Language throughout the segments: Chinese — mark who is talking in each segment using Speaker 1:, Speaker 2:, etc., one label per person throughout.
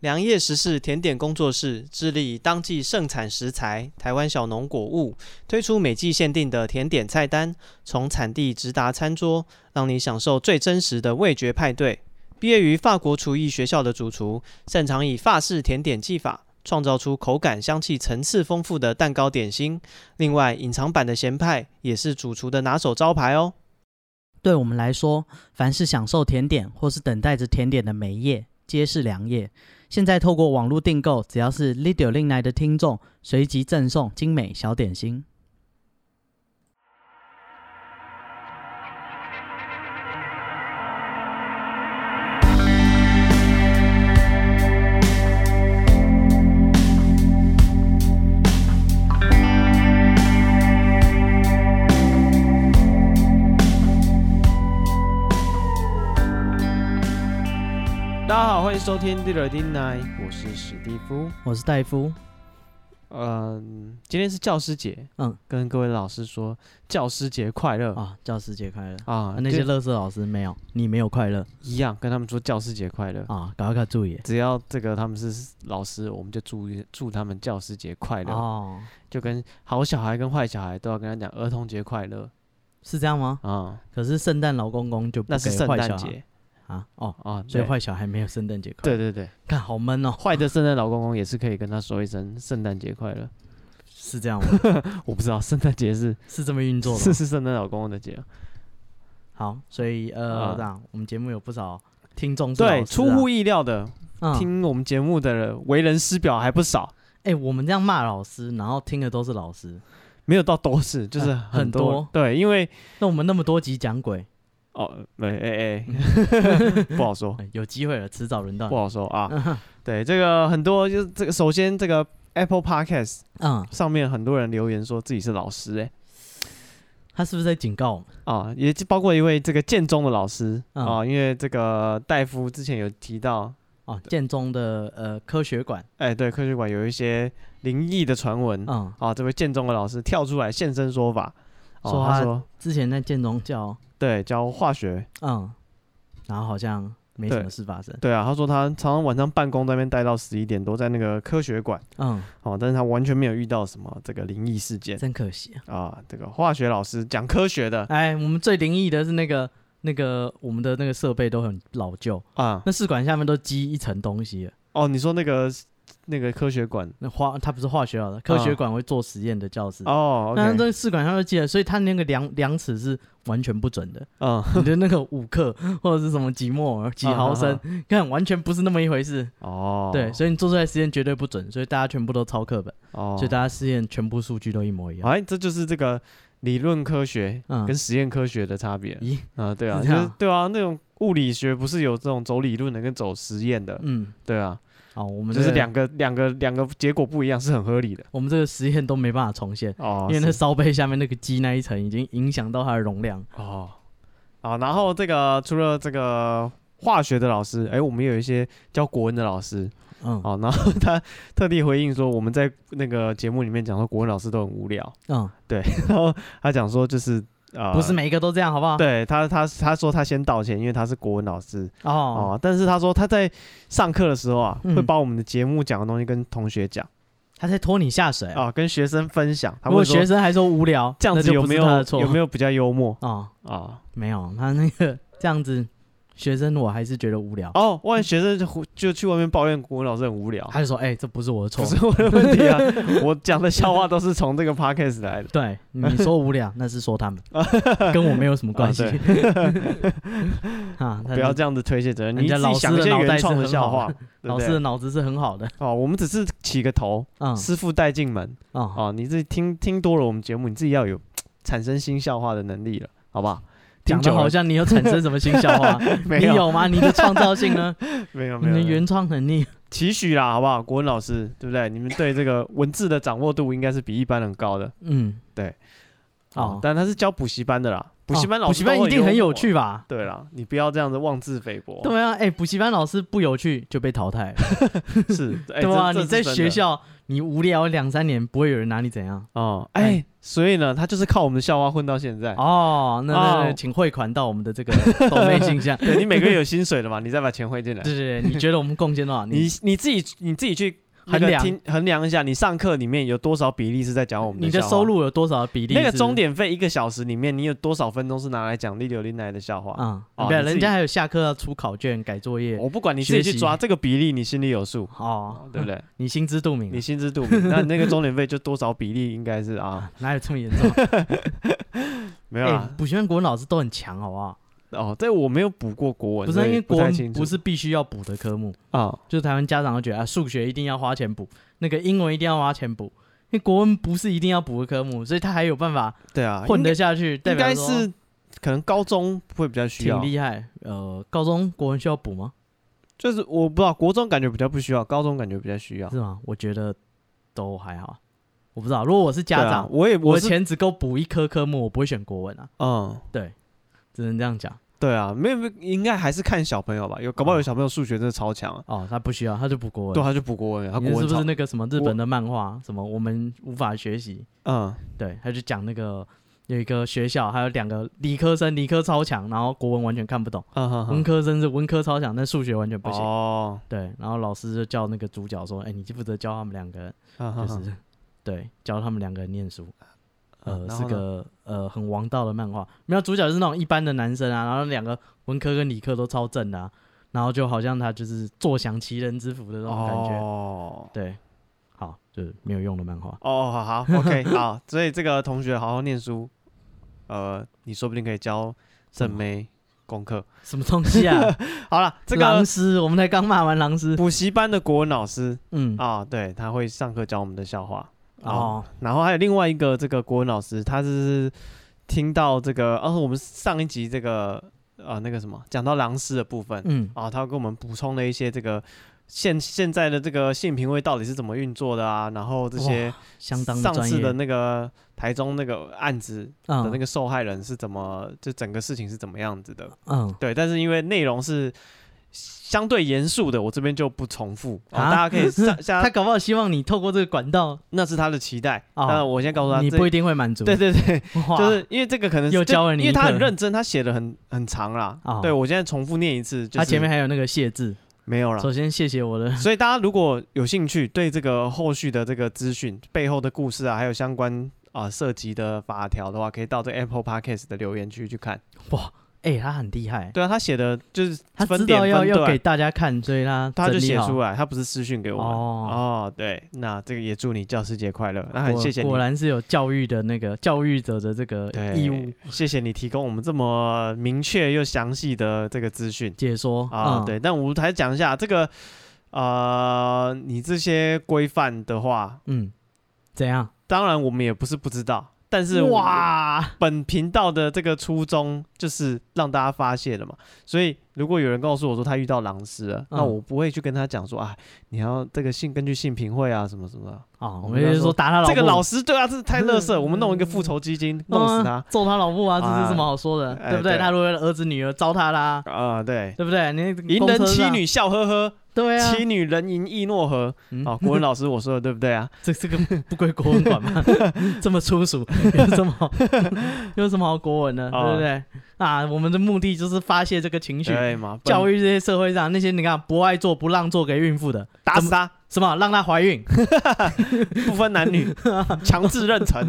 Speaker 1: 良业食事甜点工作室致力当季盛产食材、台湾小农果物，推出每季限定的甜点菜单，从产地直达餐桌，让你享受最真实的味觉派对。毕业于法国厨艺学校的主厨，擅长以法式甜点技法创造出口感、香气层次丰富的蛋糕点心。另外，隐藏版的咸派也是主厨的拿手招牌哦。
Speaker 2: 对我们来说，凡是享受甜点或是等待着甜点的每一页，皆是良夜。现在透过网络订购，只要是 Lidio 令来的听众，随即赠送精美小点心。
Speaker 1: 大家好，欢迎收听《第六丁奶》，我是史蒂夫。
Speaker 2: 我是戴夫，
Speaker 1: 嗯，今天是教师节，
Speaker 2: 嗯
Speaker 1: 跟各位老师说教师节快乐啊
Speaker 2: 啊，教师节快乐。
Speaker 1: 啊
Speaker 2: 啊、那些乐色老师没有，你没有快乐
Speaker 1: 一样跟他们说教师节快乐。
Speaker 2: 啊，赶快给他注意
Speaker 1: 只要这个他们是老师，我们就祝祝他们教师节快乐，
Speaker 2: 哦，
Speaker 1: 就跟好小孩跟坏小孩都要跟他讲儿童节快乐
Speaker 2: 是这样吗？
Speaker 1: 啊，
Speaker 2: 可是圣诞老公公就不
Speaker 1: 那
Speaker 2: 给
Speaker 1: 是圣
Speaker 2: 坏
Speaker 1: 诞
Speaker 2: 小孩
Speaker 1: 节
Speaker 2: 啊，哦，
Speaker 1: 啊，
Speaker 2: 所以
Speaker 1: 对
Speaker 2: 坏小孩没有圣诞节快乐。
Speaker 1: 对对对，
Speaker 2: 看好闷哦，
Speaker 1: 坏的圣诞老公公也是可以跟他说一声圣诞节 快乐。
Speaker 2: 是这样吗？
Speaker 1: 我不知道圣诞节是
Speaker 2: 是这么 运作的
Speaker 1: 是
Speaker 2: 吗。
Speaker 1: 是圣诞老公公的节啊，
Speaker 2: 好，所以呃，
Speaker 1: 啊
Speaker 2: 这样我们节目有不少听众是
Speaker 1: 对，
Speaker 2: 老师
Speaker 1: 出
Speaker 2: 啊
Speaker 1: 乎意料的，
Speaker 2: 嗯
Speaker 1: 听我们节目的人为人师表还不少，
Speaker 2: 哎、我们这样骂老师，然后听的都是老师，
Speaker 1: 没有到都是，就是
Speaker 2: 嗯
Speaker 1: 很
Speaker 2: 很
Speaker 1: 多。
Speaker 2: 多
Speaker 1: 对，因为
Speaker 2: 那我们那么多集讲鬼，
Speaker 1: 哦，没哎 哎，不好说，
Speaker 2: 哎有机会了，迟早轮到
Speaker 1: 不
Speaker 2: 你。
Speaker 1: 好说啊。对，这个很多就是这个，首先这个 Apple Podcast
Speaker 2: 嗯，
Speaker 1: 上面很多人留言说自己是老师、欸，
Speaker 2: 他是不是在警告我们？
Speaker 1: 啊，也包括一位这个建中的老师、
Speaker 2: 嗯
Speaker 1: 啊，因为这个戴夫之前有提到，
Speaker 2: 哦，建中的呃科学馆，
Speaker 1: 哎、对，科学馆有一些灵异的传闻、
Speaker 2: 嗯，
Speaker 1: 啊，这位建中的老师跳出来现身说法，哦、
Speaker 2: 说
Speaker 1: 他
Speaker 2: 他
Speaker 1: 说
Speaker 2: 之前在建中教，
Speaker 1: 对教化学，
Speaker 2: 嗯，然后好像没什
Speaker 1: 对
Speaker 2: 么事发生，
Speaker 1: 对啊，他说他常常晚上办公在那边待到十一点多，在那个科学馆
Speaker 2: 嗯，
Speaker 1: 哦，但是他完全没有遇到什么这个灵异事件
Speaker 2: 真可惜啊。
Speaker 1: 啊。这个化学老师讲科学的
Speaker 2: 哎，我们最灵异的是那个那个我们的那个设备都很老旧，
Speaker 1: 啊，
Speaker 2: 那试管下面都积一层东西了。
Speaker 1: 哦，你说那个那个科学馆
Speaker 2: 那化它不是化学好的，科
Speaker 1: 啊
Speaker 2: 学馆会做实验的教室。
Speaker 1: 哦
Speaker 2: 那
Speaker 1: ，OK，
Speaker 2: 这试管上就记了，所以它那个量量尺是完全不 准的。
Speaker 1: 嗯，
Speaker 2: 你的那个五克或者是什么几摩尔、几毫升，看完全不是那么一回事。
Speaker 1: 嗯哦，
Speaker 2: 对，所以你做出来实验绝对不准，所以大家全部都抄课本，
Speaker 1: 哦，
Speaker 2: 所以大家实验全部数据都一模一样。
Speaker 1: 哎，这就是这个理论科学
Speaker 2: 嗯
Speaker 1: 跟实验科学的差别
Speaker 2: 咦，
Speaker 1: 啊，对啊，就
Speaker 2: 是这样
Speaker 1: 是对啊，那种物理学不是有这种走理论的跟走实验的，
Speaker 2: 嗯，
Speaker 1: 对啊，
Speaker 2: 好，我们
Speaker 1: 就是
Speaker 2: 这个
Speaker 1: 两个两个两个结果不一样是很合理的
Speaker 2: 我们这个实验都没办法重现，
Speaker 1: 哦，
Speaker 2: 因为那
Speaker 1: 是
Speaker 2: 烧杯下面那个鸡那一层已经影响到它的容量。
Speaker 1: 哦，啊，然后这个除了这个化学的老师，哎，我们也有一些教国文的老师，
Speaker 2: 嗯
Speaker 1: 哦，然后他特地回应说，我们在那个节目里面讲说国文老师都很无聊，
Speaker 2: 嗯，
Speaker 1: 然后他讲说就是呃，
Speaker 2: 不是每一个都这样，好不好？
Speaker 1: 对他他他说他先道歉，因为他是国文老师
Speaker 2: 哦，
Speaker 1: 哦，但是他说他在上课的时候啊，
Speaker 2: 嗯
Speaker 1: 会把我们的节目讲的东西跟同学讲
Speaker 2: 他在拖你下水啊。
Speaker 1: 啊，跟学生分享，他
Speaker 2: 如果
Speaker 1: 会说
Speaker 2: 学生还说无聊，
Speaker 1: 这样
Speaker 2: 那
Speaker 1: 子
Speaker 2: 就
Speaker 1: 有
Speaker 2: 不
Speaker 1: 没
Speaker 2: 是
Speaker 1: 有
Speaker 2: 他的错
Speaker 1: 有没有比较幽默
Speaker 2: 哦，
Speaker 1: 啊？
Speaker 2: 没有，他那个这样子，学生我还是觉得无聊。
Speaker 1: 哦，万一学生就胡就去外面抱怨国文老师很无聊，
Speaker 2: 他就说：“哎、这不是我的错
Speaker 1: 不。是我的问题啊， 我讲的笑话都是从这个 podcast 来的”。
Speaker 2: 对，你说无聊，那是说 他们，跟我没有什么 关系。
Speaker 1: 啊
Speaker 2: 啊，他
Speaker 1: 不要这样子推卸责任，你
Speaker 2: 人家
Speaker 1: 自己
Speaker 2: 老师
Speaker 1: 想一
Speaker 2: 的
Speaker 1: 些
Speaker 2: 脑袋
Speaker 1: 原
Speaker 2: 是
Speaker 1: 创的
Speaker 2: 很
Speaker 1: 笑
Speaker 2: 好
Speaker 1: 话，对不
Speaker 2: 老
Speaker 1: 对
Speaker 2: 师的脑子是很好的。
Speaker 1: 哦，我们只是起个头，
Speaker 2: 嗯，
Speaker 1: 师傅带进门，
Speaker 2: 哦，
Speaker 1: 哦，你自己听听多了我们节目，你自己要有产生新笑话的能力了，好不好？听
Speaker 2: 讲
Speaker 1: 久
Speaker 2: 的
Speaker 1: 了
Speaker 2: 好像你有产生什么新笑话，
Speaker 1: 没
Speaker 2: 你
Speaker 1: 有
Speaker 2: 有吗？你的创造性呢？
Speaker 1: 没有
Speaker 2: 你
Speaker 1: 没有
Speaker 2: 的
Speaker 1: 没有
Speaker 2: 原创能力？
Speaker 1: 期许啦，好不好？国文老师对不对？你们对这个文字的掌握度应该是比一般人高的
Speaker 2: 嗯，
Speaker 1: 对。
Speaker 2: 哦，
Speaker 1: 但他是教补习班的啦，补补习班老师、
Speaker 2: 补习班一定很有。趣吧？
Speaker 1: 对啦，你不要这样子妄自菲薄。
Speaker 2: 对啊，哎、补习班老师不有趣就被淘汰了，
Speaker 1: 是，哎
Speaker 2: 对吧、
Speaker 1: 这
Speaker 2: 你
Speaker 1: 这
Speaker 2: 在
Speaker 1: 是真的
Speaker 2: 学校你无聊两三年，不会有人拿你怎样。
Speaker 1: 哦，哎、
Speaker 2: 哎
Speaker 1: 所以呢，他就是靠我们的校花混到现在。
Speaker 2: 哦，那那
Speaker 1: 哦
Speaker 2: 那请汇款到我们的这个 抖妹信箱。
Speaker 1: 对你每 个月有薪水了嘛，你再把钱汇进来。
Speaker 2: 对对对，你觉得我们贡献多少？
Speaker 1: 你你自己你自己去那
Speaker 2: 衡
Speaker 1: 个
Speaker 2: 量
Speaker 1: 听衡量一下，你上课里面有多少比例是在讲我们
Speaker 2: 你
Speaker 1: 的
Speaker 2: 的
Speaker 1: 笑话
Speaker 2: 收。入有多少比例？
Speaker 1: 那个钟点费一个小时里面，你有多少分钟是拿来讲利流利奶的笑话？
Speaker 2: 啊，
Speaker 1: 哦
Speaker 2: 对，
Speaker 1: 你自己哦
Speaker 2: 人家还有下课要出考卷、改作业。
Speaker 1: 我不管你自己
Speaker 2: 学
Speaker 1: 去
Speaker 2: 习
Speaker 1: 抓这个比例，你心里有数，
Speaker 2: 哦，
Speaker 1: 对不对？
Speaker 2: 你心知肚明
Speaker 1: 你
Speaker 2: 啊，
Speaker 1: 心知肚 明。那你那个钟点费就多少比例应该是啊？
Speaker 2: 哪有这么严重？
Speaker 1: 没有啊
Speaker 2: 哎
Speaker 1: 啦，，
Speaker 2: 补习班国文老师都很强，好不好？
Speaker 1: 哦，这我没有补过国文，
Speaker 2: 哎不是啊
Speaker 1: 所以
Speaker 2: 因为国
Speaker 1: 太
Speaker 2: 文
Speaker 1: 清楚
Speaker 2: 不是必须要补的科目，
Speaker 1: 啊，
Speaker 2: 就是台湾家长会觉得啊，数学一定要花钱补，那个英文一定要花钱补，因为国文不是一定要补的科目，所以他还有办法
Speaker 1: 对啊，
Speaker 2: 混得下去，代
Speaker 1: 应
Speaker 2: 表
Speaker 1: 该
Speaker 2: 说
Speaker 1: 是可能高中会比较需要
Speaker 2: 挺，厉害。呃，高中国文需要补吗？
Speaker 1: 就是我不知道国中感觉比较不需要，高中感觉比较需要。
Speaker 2: 是吗？我觉得都还好，啊我不知道。如果我是家
Speaker 1: 对啊
Speaker 2: 长，
Speaker 1: 我也
Speaker 2: 我
Speaker 1: 我
Speaker 2: 的
Speaker 1: 是
Speaker 2: 钱只够补一科科目，我不会选国文啊，
Speaker 1: 嗯，
Speaker 2: 只能这样讲。
Speaker 1: 对啊，没有没有，应该还是看小朋友吧，有搞不
Speaker 2: 嗯
Speaker 1: 好有小朋友数学真的超强啊，
Speaker 2: 哦，他不需要，他就补国文。
Speaker 1: 对，他就补国文，他
Speaker 2: 你
Speaker 1: 国文
Speaker 2: 是不
Speaker 1: 超
Speaker 2: 是那个什么日
Speaker 1: 我
Speaker 2: 本的漫画，什么我们无法学习？
Speaker 1: 嗯，
Speaker 2: 对，他就讲那个有一个学校，还有两个理科生，理科超强，然后国文完全看不懂，
Speaker 1: 嗯哼
Speaker 2: 文
Speaker 1: 哼，
Speaker 2: 科生是文科超强，但数学完全不行。
Speaker 1: 哦，
Speaker 2: 对，然后老师就叫那个主角说：“哎、你就负责教他们两个人，
Speaker 1: 嗯
Speaker 2: 就
Speaker 1: 哼
Speaker 2: 是、
Speaker 1: 哼
Speaker 2: 对，教他们两个人念书。”
Speaker 1: 嗯
Speaker 2: 呃，
Speaker 1: 然
Speaker 2: 是
Speaker 1: 后呢
Speaker 2: 个呃很王道的漫画，没有主角就是那种一般的男生啊，然后两个文科跟理科都超正的、啊，然后就好像他就是坐享其人之福的那种感觉。
Speaker 1: 哦
Speaker 2: 对，好，就是没有用的漫画。
Speaker 1: 哦，好好 ，OK，好，所以这个同学好好念书，呃，你说不定可以教正
Speaker 2: 嗯
Speaker 1: 妹功课。
Speaker 2: 什么东西 啊？
Speaker 1: 好了，这个
Speaker 2: 狼师，我们才刚骂完狼师。
Speaker 1: 补习班的国文老师
Speaker 2: 嗯，
Speaker 1: 啊，对，他会上课教我们的笑话。
Speaker 2: 哦，
Speaker 1: 然后还有另外一个这个国文老师，他是听到这个，哦，我们上一集这个呃那个什么讲到狼师的部分、
Speaker 2: 嗯，
Speaker 1: 啊，他给我们补充了一些这个现现在的这个性评会到底是怎么运作的啊，然后这些
Speaker 2: 相当
Speaker 1: 上
Speaker 2: 专
Speaker 1: 次
Speaker 2: 业
Speaker 1: 的那个台中那个案子的那
Speaker 2: 嗯
Speaker 1: 个受害人是怎么，就整个事情是怎么样子的，
Speaker 2: 嗯，
Speaker 1: 对，但是因为内容是。相对严肃的，我这边就不重复，哦、
Speaker 2: 啊
Speaker 1: 大家可 以下
Speaker 2: 他
Speaker 1: 下，
Speaker 2: 搞不好希望你透过这个管道，
Speaker 1: 那是他的期待。
Speaker 2: 哦
Speaker 1: 那我先告诉他，
Speaker 2: 你
Speaker 1: 这
Speaker 2: 不一定会满 足。
Speaker 1: 对，对对，就
Speaker 2: 就是
Speaker 1: 因为这个可能是
Speaker 2: 又教了你
Speaker 1: 因为
Speaker 2: 一
Speaker 1: 他很
Speaker 2: 课
Speaker 1: 认真，他写的很很长啦。
Speaker 2: 哦
Speaker 1: 对我现在重复念一次，就是、
Speaker 2: 他前面还有那个谢字。
Speaker 1: 没有啦
Speaker 2: 首。先谢谢我的，
Speaker 1: 所以大家如果有兴趣，对这个后续的这个资讯、背后的故事啊，还有相关啊、涉及的法条的话，可以到这个 Apple Podcast 的留言区去看。
Speaker 2: 哎，他很厉害，
Speaker 1: 对啊，他写的就是
Speaker 2: 他
Speaker 1: 分
Speaker 2: 知
Speaker 1: 点
Speaker 2: 道要
Speaker 1: 分
Speaker 2: 要
Speaker 1: 段
Speaker 2: 给大家看，所以他
Speaker 1: 他就写出
Speaker 2: 来。
Speaker 1: 来，他不是私讯给我们。
Speaker 2: 哦
Speaker 1: 哦对，那这个也祝你教师节快乐。那很
Speaker 2: 果
Speaker 1: 谢谢你
Speaker 2: 果，然是有教育的那个教育者的这个
Speaker 1: 对，
Speaker 2: 义务，
Speaker 1: 谢谢你提供我们这么明确又详细的这个资讯。
Speaker 2: 解说
Speaker 1: 啊、
Speaker 2: 嗯
Speaker 1: 对，但我还是讲一下这个，呃，你这些规范的话，
Speaker 2: 嗯，怎样？
Speaker 1: 当然我们也不是不知道，但是我
Speaker 2: 哇，
Speaker 1: 本频道的这个初衷就是让大家发泄的嘛，所以如果有人告诉我说他遇到狼师了，那
Speaker 2: 嗯
Speaker 1: 我不会去跟他讲说啊，你要这个性根据性评会啊什么什么的，
Speaker 2: 哦，我
Speaker 1: 我
Speaker 2: 们
Speaker 1: 们
Speaker 2: 就是
Speaker 1: 要
Speaker 2: 说
Speaker 1: 说
Speaker 2: 打他老
Speaker 1: 这个
Speaker 2: 婆
Speaker 1: 老师对啊，这是太垃圾，我们弄一个复仇基金弄死他
Speaker 2: 嗯揍他老婆啊，这
Speaker 1: 啊
Speaker 2: 是什么好说的，
Speaker 1: 哎
Speaker 2: 对不对？
Speaker 1: 对
Speaker 2: 他如果儿子女儿糟蹋啦，
Speaker 1: 啊、对。
Speaker 2: 对不对？你
Speaker 1: 淫
Speaker 2: 嗯公车
Speaker 1: 人妻
Speaker 2: 上，
Speaker 1: 女笑呵呵，
Speaker 2: 对啊，
Speaker 1: 妻女人淫意诺何。
Speaker 2: 嗯
Speaker 1: 啊，国文老师我说的对不 对啊？
Speaker 2: 这这个不归国文管 吗？这么粗俗，有什么好有什么好国文呢？
Speaker 1: 哦
Speaker 2: 对不对？啊，我们的目的就是发泄这个情绪，
Speaker 1: 对嘛，
Speaker 2: 教育这些社会上那些你看不爱做不让做给孕妇的，
Speaker 1: 打死他，
Speaker 2: 什么让她怀孕，
Speaker 1: 不分男 女，强制妊娠。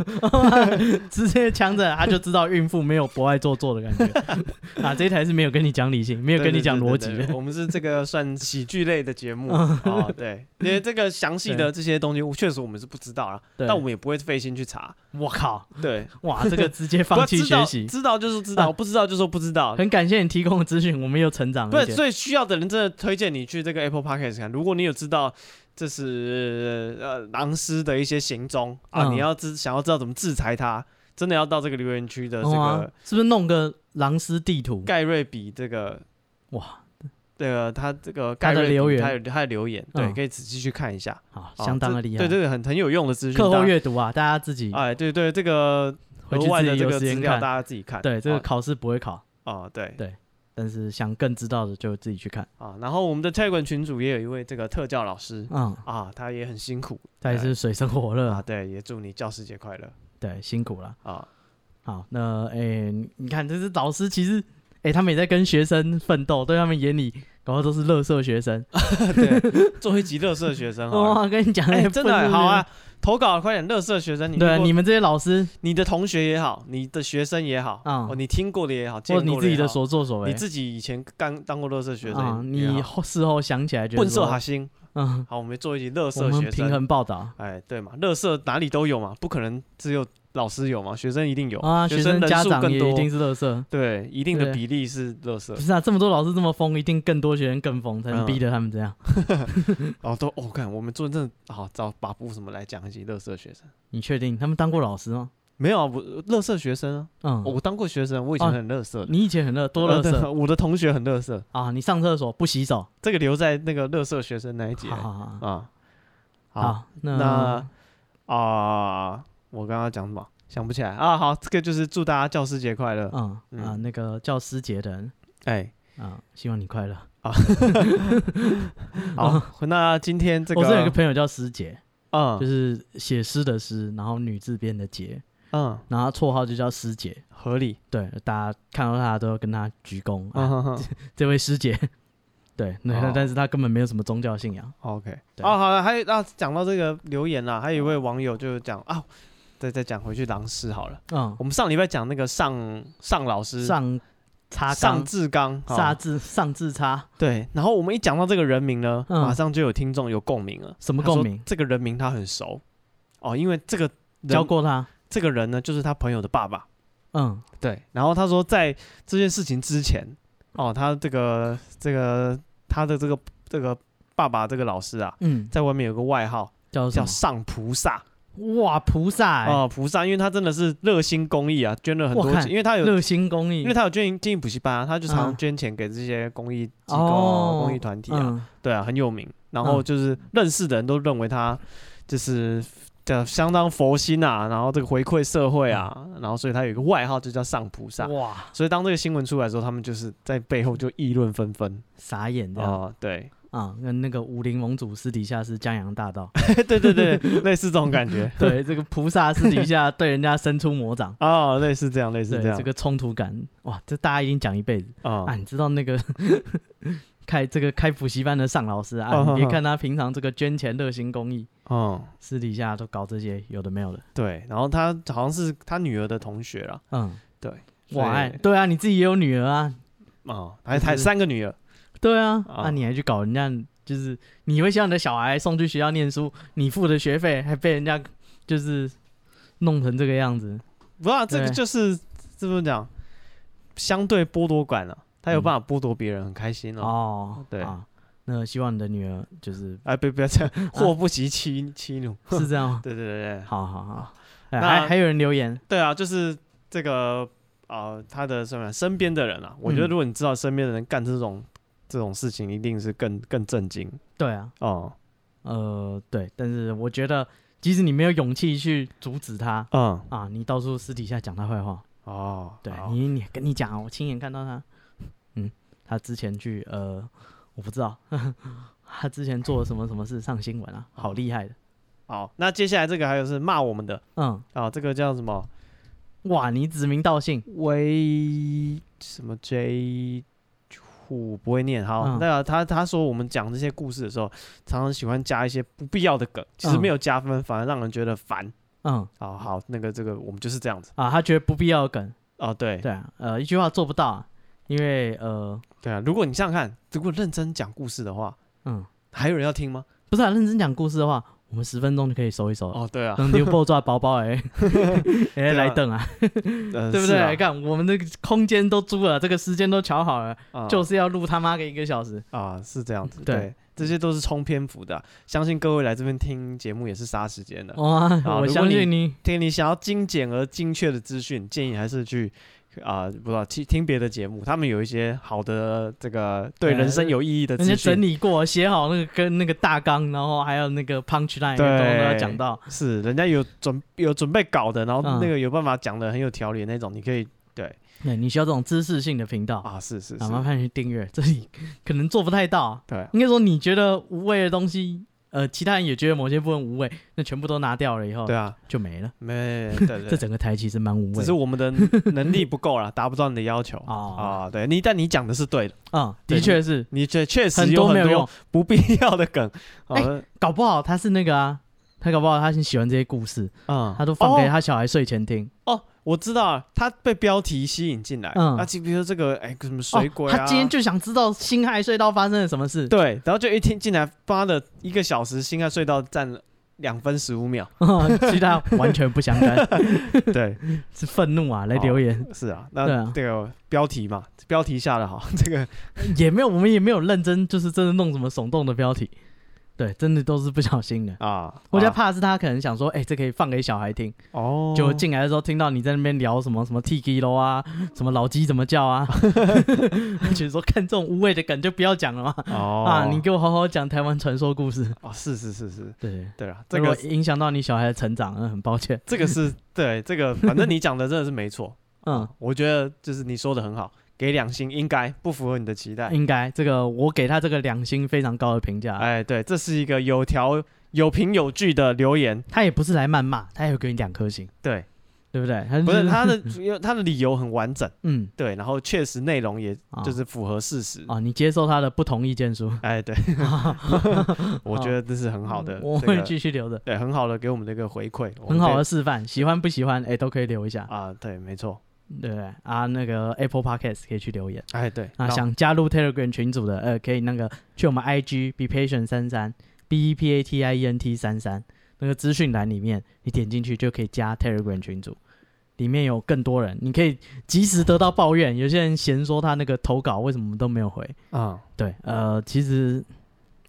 Speaker 2: 直接强着她就知道孕妇没有不爱做做的感觉啊！这一台是没有跟你讲理性， 没有跟你讲逻辑
Speaker 1: 对对对
Speaker 2: 的
Speaker 1: 对我们是这个算喜剧类的节目 哦，对，因为这个详细的这些东西，确实我们是不知道啦，
Speaker 2: 对
Speaker 1: 但我们也不会费心去查。
Speaker 2: 我靠，
Speaker 1: 对，
Speaker 2: 哇，这个直接 放弃
Speaker 1: 不知道
Speaker 2: 学习。
Speaker 1: 知道就是知
Speaker 2: 啊
Speaker 1: 道， 不知道就说不知道。
Speaker 2: 很感谢你提供的资讯，我们又成长了
Speaker 1: 对，
Speaker 2: 一点。
Speaker 1: 所以需要的人真的推荐你去这个 Apple Podcast 看。如果你有知道这是呃狼师的一些行踪啊，
Speaker 2: 嗯
Speaker 1: 你要知想要知道怎么制裁他，真的要到这个留言区的这
Speaker 2: 哦啊
Speaker 1: 个
Speaker 2: 是不是弄个狼师地图？
Speaker 1: 盖瑞比这个
Speaker 2: 哇，
Speaker 1: 这个他这个
Speaker 2: 他
Speaker 1: 盖
Speaker 2: 的
Speaker 1: 瑞比
Speaker 2: 留言
Speaker 1: 他有他的留言，对，
Speaker 2: 嗯
Speaker 1: 可以仔细去看一下，
Speaker 2: 好，
Speaker 1: 啊
Speaker 2: 相当
Speaker 1: 这
Speaker 2: 的厉害。
Speaker 1: 对，这个很很有用的资讯。
Speaker 2: 课
Speaker 1: 大
Speaker 2: 后
Speaker 1: 家
Speaker 2: 阅读啊，大家自己
Speaker 1: 哎，对对，这个
Speaker 2: 回去
Speaker 1: 额外
Speaker 2: 自
Speaker 1: 的
Speaker 2: 己
Speaker 1: 这
Speaker 2: 有
Speaker 1: 个
Speaker 2: 时
Speaker 1: 资
Speaker 2: 间
Speaker 1: 料
Speaker 2: 看。
Speaker 1: 大家自己看。
Speaker 2: 对，这个
Speaker 1: 哦
Speaker 2: 考试不会考，
Speaker 1: 哦，对
Speaker 2: 对但是想更知道的就自己去看。
Speaker 1: 啊。然后我们的 Telegram 群组也有一位这个特教老师
Speaker 2: 嗯，
Speaker 1: 啊，他也很辛苦，
Speaker 2: 他也是水深火热
Speaker 1: 啊，
Speaker 2: 啊，
Speaker 1: 对，也祝你教师节快乐
Speaker 2: 对，辛苦了。
Speaker 1: 啊。
Speaker 2: 好，那诶、你看，这是老师其实诶、他们也在跟学生奋斗，对他们眼里搞的都是乐色学生。
Speaker 1: 对，做一集乐色学 生好了
Speaker 2: 哇，跟你讲，
Speaker 1: 啊哎、
Speaker 2: 诶
Speaker 1: 真的欸、
Speaker 2: 愤怒
Speaker 1: 好啊，投稿快点，乐色学生，你
Speaker 2: 人！对啊，
Speaker 1: 如果
Speaker 2: 你们这些老师
Speaker 1: 你的同学也好，你的学生也好，
Speaker 2: 嗯
Speaker 1: 哦，你听过的也好，见
Speaker 2: 或
Speaker 1: 过
Speaker 2: 者你自己
Speaker 1: 也
Speaker 2: 的
Speaker 1: 好，
Speaker 2: 所作所为，
Speaker 1: 你自己以前刚当过乐色学
Speaker 2: 啊、
Speaker 1: 生也好，
Speaker 2: 你后事后想起来觉得
Speaker 1: 混色
Speaker 2: 说
Speaker 1: 哈星，
Speaker 2: 嗯，
Speaker 1: 好，我们做一集乐
Speaker 2: 我
Speaker 1: 色
Speaker 2: 们
Speaker 1: 学
Speaker 2: 平
Speaker 1: 生，
Speaker 2: 衡报道
Speaker 1: 哎，对嘛，乐色哪里都有嘛，不可能只有老师有嘛，学生一定有
Speaker 2: 啊，学
Speaker 1: 生
Speaker 2: 生
Speaker 1: 人
Speaker 2: 家
Speaker 1: 数
Speaker 2: 长
Speaker 1: 更
Speaker 2: 也
Speaker 1: 多，
Speaker 2: 一定是乐色。
Speaker 1: 对，一定的
Speaker 2: 对
Speaker 1: 比例是乐色
Speaker 2: 不。是啊，这么多老师这么疯，一定更多学生更疯，才
Speaker 1: 嗯
Speaker 2: 能逼得他们这样。
Speaker 1: 哦，都哦，看我们做真的好，找把布什么来讲一集乐色学生。
Speaker 2: 你确定他们当过老师吗？
Speaker 1: 没有啊，我乐色学生啊，
Speaker 2: 嗯，
Speaker 1: 我当过学生，我以前
Speaker 2: 哦
Speaker 1: 很乐色的。
Speaker 2: 你以前很乐，多乐
Speaker 1: 呃对
Speaker 2: 色
Speaker 1: 我的同学很乐色，
Speaker 2: 啊！你上厕所不洗手，
Speaker 1: 这个留在那个乐色学生那一节
Speaker 2: 好好好好，
Speaker 1: 啊。好
Speaker 2: 好，嗯那
Speaker 1: 那啊，我刚刚讲什么？想不起来啊。好，这个就是祝大家教师节快乐。
Speaker 2: 嗯啊，
Speaker 1: 嗯
Speaker 2: 那个叫师姐的人
Speaker 1: 哎，
Speaker 2: 啊，希望你快乐。
Speaker 1: 好，那今天这
Speaker 2: 嗯我是有一个
Speaker 1: 个，
Speaker 2: 朋友叫师姐，就
Speaker 1: 嗯
Speaker 2: 是写诗的诗，然后女字边的杰，
Speaker 1: 嗯，
Speaker 2: 然后她绰号就叫师姐。
Speaker 1: 合理。
Speaker 2: 对，大家看到她都要跟她鞠躬。啊
Speaker 1: 嗯哼哼
Speaker 2: 这位师姐， 对，那、
Speaker 1: 哦
Speaker 2: 但是她根本没有什么宗教信仰。
Speaker 1: OK，
Speaker 2: 对嗯
Speaker 1: 哦，好了，还有啊，讲到这个留言啦，还有一位网友就讲啊，再再讲回去狼师好了。
Speaker 2: 嗯
Speaker 1: 我，们上礼拜讲那个上上老师
Speaker 2: 上擦
Speaker 1: 上
Speaker 2: 缸，
Speaker 1: 志刚，哦
Speaker 2: 沙字上字擦，
Speaker 1: 对，然后我们一讲到这个人名呢，
Speaker 2: 嗯
Speaker 1: 马上就有听众有共鸣了。
Speaker 2: 什么
Speaker 1: 他说
Speaker 2: 共鸣？
Speaker 1: 这个人名他很熟哦，因为这个人
Speaker 2: 教过他。
Speaker 1: 这个人呢，就是他朋友的爸爸。
Speaker 2: 嗯，
Speaker 1: 对，然后他说在这件事情之前，哦，他这个这个他的这个这个爸爸这个老师啊，
Speaker 2: 嗯，
Speaker 1: 在外面有个外号
Speaker 2: 叫什
Speaker 1: 叫
Speaker 2: 么？
Speaker 1: 上菩萨
Speaker 2: 哇，菩萨、欸，
Speaker 1: 哦，菩萨，因为他真的是热心公益啊，捐了很
Speaker 2: 我
Speaker 1: 多
Speaker 2: 看
Speaker 1: 钱，因为他有
Speaker 2: 热、心公益，
Speaker 1: 因为他有捐经营补习班啊，他就常
Speaker 2: 嗯
Speaker 1: 捐钱给这些公益机构、啊、
Speaker 2: 哦
Speaker 1: 公益团体啊，
Speaker 2: 嗯
Speaker 1: 对啊，很有名。然后
Speaker 2: 嗯
Speaker 1: 就是认识的人都认为他就是的相当佛心啊，然后这个回馈社会啊，然后所以他有一个外号就叫上菩萨。
Speaker 2: 嗯哇，
Speaker 1: 所以当这个新闻出来的时候，他们就是在背后就议论纷纷
Speaker 2: 傻眼这样
Speaker 1: 哦，对，
Speaker 2: 啊，跟那个武林盟主私底下是江洋大 盗，
Speaker 1: 对对对，类似这种感 觉。
Speaker 2: 对，这个菩萨私底下 对人家伸出魔掌
Speaker 1: 哦，类似这样，类似
Speaker 2: 对
Speaker 1: 这样，
Speaker 2: 这个冲突感，哇，这大家一定讲一辈子
Speaker 1: 啊
Speaker 2: 啊！你知道那个 开这个开补习班的尚老师啊，
Speaker 1: 嗯
Speaker 2: 你别
Speaker 1: 嗯嗯
Speaker 2: 看他平常这个捐钱热心公益，
Speaker 1: 嗯，
Speaker 2: 私底下都搞这些有的没有的。
Speaker 1: 对。然后他好像是他女儿的同学啦，
Speaker 2: 嗯，
Speaker 1: 对，
Speaker 2: 哇，哎
Speaker 1: 所以
Speaker 2: 对啊，你自己也有女儿啊，
Speaker 1: 哦，还
Speaker 2: 嗯
Speaker 1: 还三个女儿，
Speaker 2: 对啊，
Speaker 1: 啊
Speaker 2: 啊，你还去搞人家，就是你会想你的小孩送去学校念书，你付的学费还被人家就是弄成这个样子，
Speaker 1: 不啊，这个
Speaker 2: 对
Speaker 1: 就是怎么讲，相对剥夺感啊，他有
Speaker 2: 嗯
Speaker 1: 办法剥夺别人，很开心哦。
Speaker 2: 哦，
Speaker 1: 对
Speaker 2: 啊，那希望你的女儿 就是
Speaker 1: 哎，别不要这样，祸不及妻妻奴。？
Speaker 2: 是这样吗
Speaker 1: 对对对对，
Speaker 2: 好好好，哎
Speaker 1: 那
Speaker 2: 还还有人留言，
Speaker 1: 对啊，就是这个啊、呃他的什么身边的人啊，我觉得
Speaker 2: 嗯
Speaker 1: 如果你知道身边的人干这种这种事情，一定是更更震惊
Speaker 2: 对啊，
Speaker 1: 哦。
Speaker 2: 呃，对，但是我觉得即使你没有勇气去阻止他
Speaker 1: 嗯
Speaker 2: 啊，你到处私底下讲他坏话，
Speaker 1: 哦，
Speaker 2: 对
Speaker 1: 好
Speaker 2: 你你跟你讲啊，我亲眼看到他，嗯，他之前去呃，我不知道， 他之前做了什么什么事上新闻啊，好
Speaker 1: 哦
Speaker 2: 厉害的，
Speaker 1: 好，那接下来这个还有是骂我们的
Speaker 2: 嗯，
Speaker 1: 啊，这个叫什么
Speaker 2: 哇，你指名道姓，
Speaker 1: 微什么 J。虎不会念，好，
Speaker 2: 嗯
Speaker 1: 那、他他说我们讲这些故事的时候，常常喜欢加一些不必要的梗，其实
Speaker 2: 嗯
Speaker 1: 没有加分，反而让人觉得烦。
Speaker 2: 嗯
Speaker 1: 好哦好，那个这个我们就是这样子
Speaker 2: 啊，他觉得不必要的梗，
Speaker 1: 哦，对
Speaker 2: 对啊，呃，一句话做不到、啊，因为呃，
Speaker 1: 对啊，如果你想想看，如果认真讲故事的话，
Speaker 2: 嗯，
Speaker 1: 还有人要听吗？
Speaker 2: 不是、啊、认真讲故事的话，我们十分钟就可以收一收了。
Speaker 1: 哦，对啊，
Speaker 2: 能留爆抓包包 哎、哎、来等啊，
Speaker 1: 呃
Speaker 2: 对不
Speaker 1: 是
Speaker 2: 对？
Speaker 1: 啊
Speaker 2: 看我们的空间都租了，这个时间都瞧好了，
Speaker 1: 啊
Speaker 2: 就是要录他妈个一个小时。
Speaker 1: 啊，是这样子，
Speaker 2: 对
Speaker 1: 对，这些都是冲篇幅的啊，相信各位来这边听节目也是杀时
Speaker 2: 哦
Speaker 1: 间的。
Speaker 2: 哇，
Speaker 1: 哦好如
Speaker 2: 我
Speaker 1: 果
Speaker 2: 相
Speaker 1: 你
Speaker 2: 信你
Speaker 1: 听你想要精简而精确的资讯，建议还是去啊、不知道听听别的节目，他们有一些好的这个对人生有意义的
Speaker 2: 哎人
Speaker 1: 资
Speaker 2: 家整
Speaker 1: 讯。
Speaker 2: 理过，写好那个跟那个大纲，然后还有那个 punch line 都
Speaker 1: 对
Speaker 2: 要讲到。
Speaker 1: 是，人家有准有准备稿的，然后
Speaker 2: 嗯
Speaker 1: 那个有办法讲的很有条理的那种，你可以对
Speaker 2: 对，你需要这种知识性的频道，啊，
Speaker 1: 啊，是是是，
Speaker 2: 麻烦去订阅。这里可能做不太到啊、
Speaker 1: 对
Speaker 2: 应该说你觉得无味的东西，呃，其他人也觉得某些部分无味，那全部都拿掉了以后，
Speaker 1: 对啊，
Speaker 2: 就没了。
Speaker 1: 没对对
Speaker 2: 这
Speaker 1: 对，
Speaker 2: 整个台其实蛮无
Speaker 1: 只
Speaker 2: 味
Speaker 1: 是
Speaker 2: 的。
Speaker 1: 我们的能力不 够啦，达不到你的要求
Speaker 2: 哦，
Speaker 1: 啊。对你，但你讲的是对的，
Speaker 2: 嗯，
Speaker 1: 对
Speaker 2: 的确是
Speaker 1: 你确确实
Speaker 2: 很
Speaker 1: 有
Speaker 2: 多没
Speaker 1: 很
Speaker 2: 有用
Speaker 1: 多，不必要的梗，好
Speaker 2: 哎
Speaker 1: 的
Speaker 2: 搞不好他是那个啊，他搞不好他很喜欢这些故事，
Speaker 1: 嗯，
Speaker 2: 他都放给
Speaker 1: 哦
Speaker 2: 他小孩睡前听。
Speaker 1: 哦，我知道了，他被标题吸引进来。
Speaker 2: 嗯
Speaker 1: 那就比如说这个，哎，什么
Speaker 2: 哦
Speaker 1: 水鬼啊？
Speaker 2: 他今天就想知道辛亥隧道发生了什么事。
Speaker 1: 对，然后就一听进来，妈的，一个小时，新爱隧道占了两分十五 秒。
Speaker 2: 其他完全不相干，
Speaker 1: 对，
Speaker 2: 是愤怒啊！来
Speaker 1: 哦
Speaker 2: 留言、
Speaker 1: 是啊，
Speaker 2: 对
Speaker 1: 那
Speaker 2: 啊
Speaker 1: 这个标题嘛，标题下的好，这个
Speaker 2: 也没有，我们也没有认真，就是真的弄什么耸动的标题，对，真的都是不小心的。
Speaker 1: 啊，
Speaker 2: 我觉得
Speaker 1: 啊
Speaker 2: 怕的是他可能想说，哎、这可以放给小孩听，
Speaker 1: 哦，
Speaker 2: 就进来的时候听到你在那边聊什么什么 T K 喽啊，什么老鸡怎么叫啊，就说看这种无谓的梗就不要讲了嘛。
Speaker 1: 哦
Speaker 2: 啊，你给我好好讲台湾传说故事。
Speaker 1: 哦，是是是是，
Speaker 2: 对，
Speaker 1: 对啊，这
Speaker 2: 这个
Speaker 1: 个
Speaker 2: 影响到你小孩的成长，嗯，很抱歉。
Speaker 1: 这个 是对这个，反正你讲的真的是没错。
Speaker 2: 嗯，
Speaker 1: 我觉得就是你说的很好，给两星应该不符合你的期待。
Speaker 2: 应该这个我给他这个两星非常高的评价。
Speaker 1: 哎，对，这是一个有条有凭有据的留言。
Speaker 2: 他也不是来谩骂，他也会给你两颗星，
Speaker 1: 对，
Speaker 2: 对不对？他就
Speaker 1: 不是他
Speaker 2: 是，
Speaker 1: 的他的理由很完整，
Speaker 2: 嗯，
Speaker 1: 对，然后确实内容也
Speaker 2: 啊
Speaker 1: 就是符合事实。
Speaker 2: 啊，你接受他的不同 意见书，啊
Speaker 1: 哎， 对，我觉得这是很好的，
Speaker 2: 嗯我
Speaker 1: 这个
Speaker 2: 会继续留的，
Speaker 1: 对，很好的给我们这个回馈，我们
Speaker 2: 很好
Speaker 1: 可
Speaker 2: 的
Speaker 1: 以
Speaker 2: 示范，喜欢不喜欢，哎，都可以留一下，
Speaker 1: 啊，对，没错，
Speaker 2: 对不对？啊，那个 Apple Podcast 可以去留言
Speaker 1: 哎，对，
Speaker 2: 啊，
Speaker 1: 那
Speaker 2: 想加入 Telegram 群组的，呃，可以那个去我们 IG be patient 三三 b e p a t i e n t 三三那个资讯栏里面，你点进去就可以加 Telegram 群组。里面有更多人，你可以及时得到抱怨。有些人嫌说他那个投稿为什么都没有回，
Speaker 1: 啊，
Speaker 2: 对，呃，其实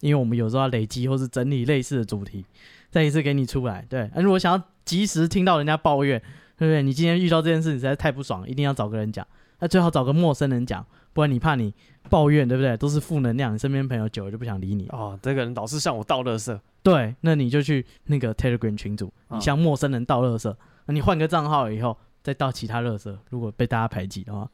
Speaker 2: 因为我们有时候要累积或是整理类似的主题，再一次给你出来。对，那如果想要及时听到人家抱怨，对不对？你今天遇到这件事，你实在太不爽，一定要找个人讲。那最好找个陌生人讲，不然你怕你抱怨，对不对？都是负能量，你身边朋友久了就不想理你。
Speaker 1: 哦，这个人老是向我倒垃圾，
Speaker 2: 对，那你就去那个 Telegram 群组，
Speaker 1: 啊
Speaker 2: 你向陌生人倒垃圾，那你换个账号以后。再倒其他垃圾，如果被大家排挤的话，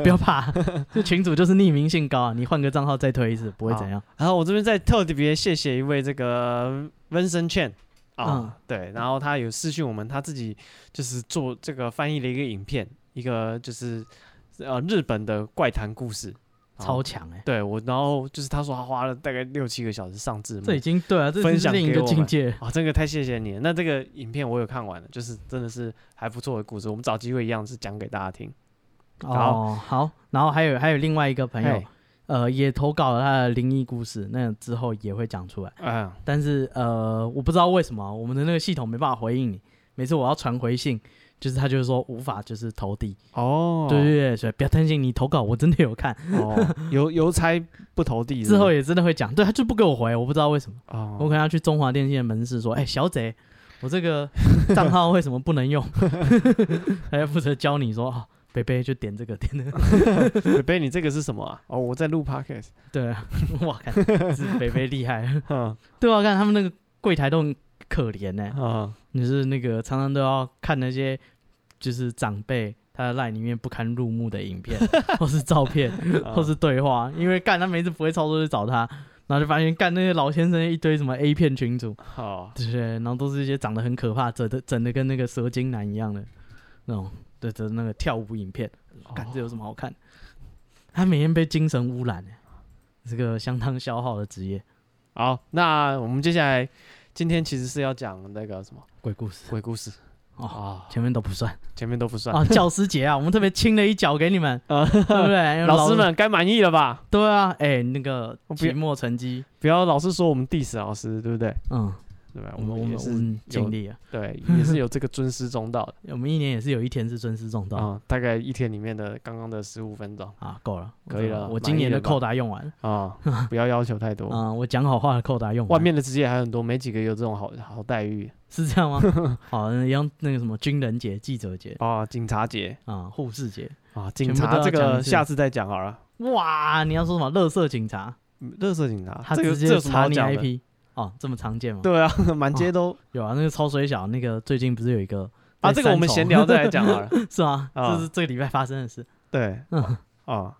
Speaker 2: 不要怕，这群主就是匿名性高、啊，你换个账号再推一次，不会怎样。
Speaker 1: 然后我这边再特别谢谢一位这个 Vincent Chen 啊，
Speaker 2: 嗯
Speaker 1: 对，然后他有私讯我们，他自己就是做这个翻译了一个影片，一个就是呃日本的怪谈故事，然后
Speaker 2: 超强哎、
Speaker 1: 对我，然后就是他说他花了大概六七个小时上字幕
Speaker 2: 这已，经对啊，这
Speaker 1: 嗯分
Speaker 2: 是
Speaker 1: 享
Speaker 2: 另一
Speaker 1: 给
Speaker 2: 个
Speaker 1: 我
Speaker 2: 境
Speaker 1: 们
Speaker 2: 界。
Speaker 1: 啊，这个太谢谢你了。那这个影片我有看完了，就是真的是还不错的故事，我们找机会一样是讲给大家听。好
Speaker 2: 哦，好，然后还有还有另外一个朋友
Speaker 1: 嘿，
Speaker 2: 呃，也投稿了他的灵异故事，那之后也会讲出来。
Speaker 1: 嗯，
Speaker 2: 但是呃，我不知道为什么我们的那个系统没办法回应你，每次我要传回信。就是他就是说无法就是投递，
Speaker 1: 哦，
Speaker 2: 对对对，所以不要担心，你投稿我真的有看，
Speaker 1: 哦，邮 邮差不投递是不
Speaker 2: 之
Speaker 1: 是
Speaker 2: 后也真的会讲，对他就不给我回，我不知道为什么，我
Speaker 1: 哦
Speaker 2: 可能要去中华电信的门市说，哎、小贼，我这个账号为什么不能用？ 他要负责教你说，哦，贝贝就点这个点那个，
Speaker 1: 北北，你这个是什么啊？哦，我在录 podcast。
Speaker 2: 对啊， 哇，看是北北厉害了，
Speaker 1: 嗯
Speaker 2: 对啊，看他们那个柜台都很可怜呢、
Speaker 1: 嗯，
Speaker 2: 就是那个常常都要看那些就是长辈他的 line 里面不堪入目的影片，或是照片，
Speaker 1: 啊嗯
Speaker 2: 或是对话，因为干他每次不会操作就找他，然后就发现干那些老先生一堆什么 A 片群主，
Speaker 1: 好
Speaker 2: 对然后都是一些长得很可怕，整的整的跟那个蛇精男一样的那种，对的那个跳舞影片，干这有什么好看？他每天被精神污染、欸，是个相当消耗的职业。
Speaker 1: 好，那我们接下来今天其实是要讲那个什 么
Speaker 2: 鬼故事
Speaker 1: 鬼故事
Speaker 2: 哦，
Speaker 1: 啊，
Speaker 2: 前面都不算
Speaker 1: 前面都不算
Speaker 2: 啊。教师节啊，我们特别亲了一脚给你们，
Speaker 1: 啊。
Speaker 2: 对不 对？
Speaker 1: 老师们该满意了吧？
Speaker 2: 对啊，哎、那个
Speaker 1: 我不
Speaker 2: 期
Speaker 1: 要
Speaker 2: 末成绩，
Speaker 1: 不要老是说我们 diss 老师，对不对？
Speaker 2: 嗯，
Speaker 1: 对吧？
Speaker 2: 我们我
Speaker 1: 也
Speaker 2: 们我
Speaker 1: 是
Speaker 2: 们
Speaker 1: 有
Speaker 2: 尽力了，
Speaker 1: 对，也是有这 个尊师重道的
Speaker 2: 我们一年也是有一天是尊师重道、
Speaker 1: 啊、大概一天里面的刚刚的十五分钟
Speaker 2: 啊，够了，
Speaker 1: 可以了
Speaker 2: 我今
Speaker 1: 满
Speaker 2: 年
Speaker 1: 意
Speaker 2: 的
Speaker 1: 了吧
Speaker 2: 扣打用完了，
Speaker 1: 啊、不要要求太多。
Speaker 2: 啊、我讲好话的扣打用
Speaker 1: 外
Speaker 2: 完了，
Speaker 1: 面的职业还有很多，没几个有这种好好待遇
Speaker 2: 是这样 吗？好，那样那个什么军人节、记者节
Speaker 1: 啊、警察节
Speaker 2: 啊、护士节，
Speaker 1: 啊，警
Speaker 2: 全部
Speaker 1: 察
Speaker 2: 都要
Speaker 1: 这
Speaker 2: 讲
Speaker 1: 个
Speaker 2: 一次
Speaker 1: 下次再讲好了。
Speaker 2: 哇，你要说什么？乐色警察，
Speaker 1: 嗯乐色警察，
Speaker 2: 他
Speaker 1: 这个
Speaker 2: 直
Speaker 1: 这
Speaker 2: 接
Speaker 1: 有什么
Speaker 2: 查
Speaker 1: 好
Speaker 2: 你
Speaker 1: 讲的？
Speaker 2: IP，哦，这么常见吗？
Speaker 1: 对啊， 满街都、
Speaker 2: 有啊，那个超水小，那个最近不是有一个
Speaker 1: 啊，这
Speaker 2: 在
Speaker 1: 个我们
Speaker 2: 三
Speaker 1: 闲
Speaker 2: 重
Speaker 1: 聊再来讲好了。
Speaker 2: 是吗？
Speaker 1: 啊
Speaker 2: 这是这个礼拜发生的事。
Speaker 1: 对，
Speaker 2: 嗯，
Speaker 1: 哦，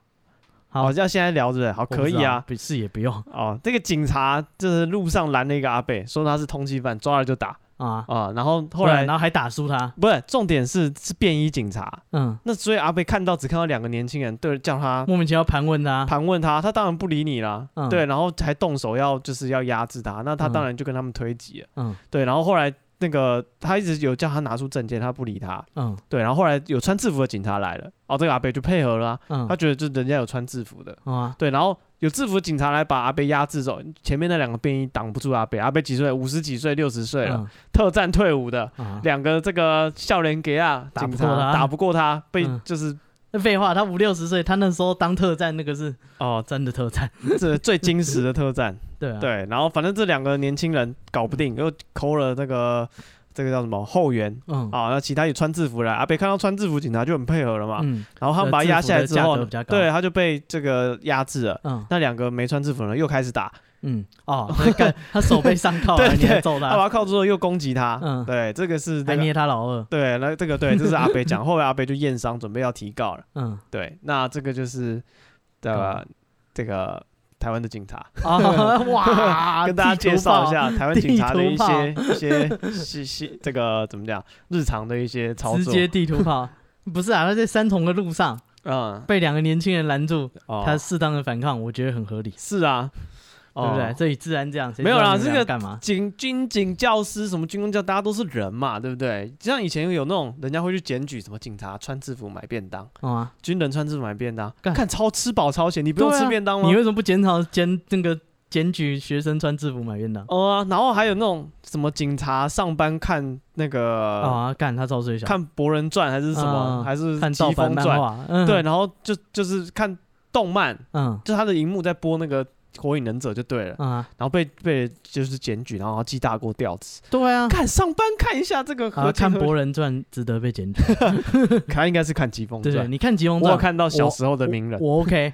Speaker 2: 好
Speaker 1: 好，要现在聊着，好，
Speaker 2: 我不
Speaker 1: 可以
Speaker 2: 知道
Speaker 1: 啊。
Speaker 2: 不是也不用
Speaker 1: 哦，这个警察就是路上拦了一个阿贝，说他是通缉犯，抓了就打
Speaker 2: 啊。
Speaker 1: 啊、然后后
Speaker 2: 不然
Speaker 1: 来
Speaker 2: 然后还打输他，
Speaker 1: 不是重点是是便衣警察，
Speaker 2: 嗯，
Speaker 1: 那所以阿贝看到只看到两个年轻人，对，叫他
Speaker 2: 莫名其妙盘问他，
Speaker 1: 盘问他，他当然不理你啦，
Speaker 2: 嗯
Speaker 1: 对，然后还动手要就是要压制他，那他
Speaker 2: 嗯
Speaker 1: 当然就跟他们推挤了，
Speaker 2: 嗯
Speaker 1: 对，然后后来那个他一直有叫他拿出证件，他不理他，
Speaker 2: 嗯
Speaker 1: 对，然后后来有穿制服的警察来了，哦，这个阿贝就配合了啊、
Speaker 2: 嗯，
Speaker 1: 他觉得就人家有穿制服的，
Speaker 2: 啊，
Speaker 1: 对，然后有制服的警察来把阿贝压制走，前面那两个便衣挡不住阿贝。阿贝几岁？五十几岁、六十岁了，
Speaker 2: 嗯
Speaker 1: 特战退伍的，
Speaker 2: 啊，
Speaker 1: 两个这个笑脸给啊
Speaker 2: 打不
Speaker 1: 警
Speaker 2: 过
Speaker 1: 察
Speaker 2: 他
Speaker 1: 打不过他，被
Speaker 2: 嗯
Speaker 1: 就是、
Speaker 2: 那废话，他五六十岁，他那时候当特战那个是
Speaker 1: 哦，
Speaker 2: 真的特战，
Speaker 1: 这最金石的特 战。
Speaker 2: 对啊，
Speaker 1: 对，然后反正这两个年轻人搞不定，又抠了那个这个叫什么后援。
Speaker 2: 嗯
Speaker 1: 啊、那其他也穿制服了，阿贝看到穿制服警察就很配合了嘛，
Speaker 2: 嗯
Speaker 1: 然后他们把他压下来之后
Speaker 2: 制服的价
Speaker 1: 呢
Speaker 2: 格比较，高
Speaker 1: 对，他就被这个压制了。
Speaker 2: 嗯
Speaker 1: 那两个没穿制服的人又开始打，
Speaker 2: 嗯，哦，那个 他手被上铐
Speaker 1: 对
Speaker 2: 了，
Speaker 1: 对
Speaker 2: 你还揍
Speaker 1: 他把他
Speaker 2: 他，
Speaker 1: 铐住了又攻击他，
Speaker 2: 嗯
Speaker 1: 对，这个是、那
Speaker 2: 还
Speaker 1: 个、
Speaker 2: 捏他老二，
Speaker 1: 对，那这个对，这是阿北讲， 后来阿北就验伤，准备要提告了，
Speaker 2: 嗯，
Speaker 1: 对，那这个就是
Speaker 2: 告
Speaker 1: 呃这个台湾的警察，
Speaker 2: 啊哇，
Speaker 1: 跟大家
Speaker 2: 地
Speaker 1: 介
Speaker 2: 图
Speaker 1: 绍
Speaker 2: 炮
Speaker 1: 一，下台湾警察的一
Speaker 2: 地图炮
Speaker 1: 些一些些些 这个怎么讲，日常的一些操
Speaker 2: 直
Speaker 1: 作，
Speaker 2: 接地图 炮，不是啊，他在三重的路上
Speaker 1: 嗯，
Speaker 2: 被两个年轻人拦住，
Speaker 1: 哦
Speaker 2: 他适当的反抗，我觉得很合理，
Speaker 1: 是啊，
Speaker 2: 对不对？
Speaker 1: 哦？
Speaker 2: 这里自然这样，谁
Speaker 1: 没有啦
Speaker 2: 知道你们
Speaker 1: 这
Speaker 2: 俩
Speaker 1: 个
Speaker 2: 干嘛？
Speaker 1: 警军警教师什么军工教，大家都是人嘛，对不对？像以前有那种人家会去检举什么警察穿制服买便当，
Speaker 2: 好吗？
Speaker 1: 军人穿制服买便当，
Speaker 2: 干
Speaker 1: 看超吃饱超闲，你不用
Speaker 2: 对啊
Speaker 1: 吃便当吗
Speaker 2: 你？为什么不检讨检那个检举学生穿制服买便当？
Speaker 1: 哦、啊，然后还有那种什么警察上班看那个、
Speaker 2: 啊，干他招最小，
Speaker 1: 呃看《博人传》还是什么，
Speaker 2: 嗯
Speaker 1: 还是
Speaker 2: 看
Speaker 1: 《
Speaker 2: 盗
Speaker 1: 疾
Speaker 2: 版
Speaker 1: 风
Speaker 2: 漫
Speaker 1: 传》
Speaker 2: 画，嗯，
Speaker 1: 对，，然后就就是看动漫，
Speaker 2: 嗯
Speaker 1: 就他的荧幕在播那个《火影忍者》就对了，
Speaker 2: 嗯啊，
Speaker 1: 然后被被就是检举，然后记大过调 子。
Speaker 2: 对啊。
Speaker 1: 看上班看一下这个
Speaker 2: 啊，
Speaker 1: 和
Speaker 2: 看《
Speaker 1: 博，
Speaker 2: 博人传》值得被检举，
Speaker 1: 他应该是看《疾风
Speaker 2: 对不对？
Speaker 1: 传》，
Speaker 2: 你看《疾风
Speaker 1: 我
Speaker 2: 传
Speaker 1: 有》，看到小时候的名人
Speaker 2: 我 OK。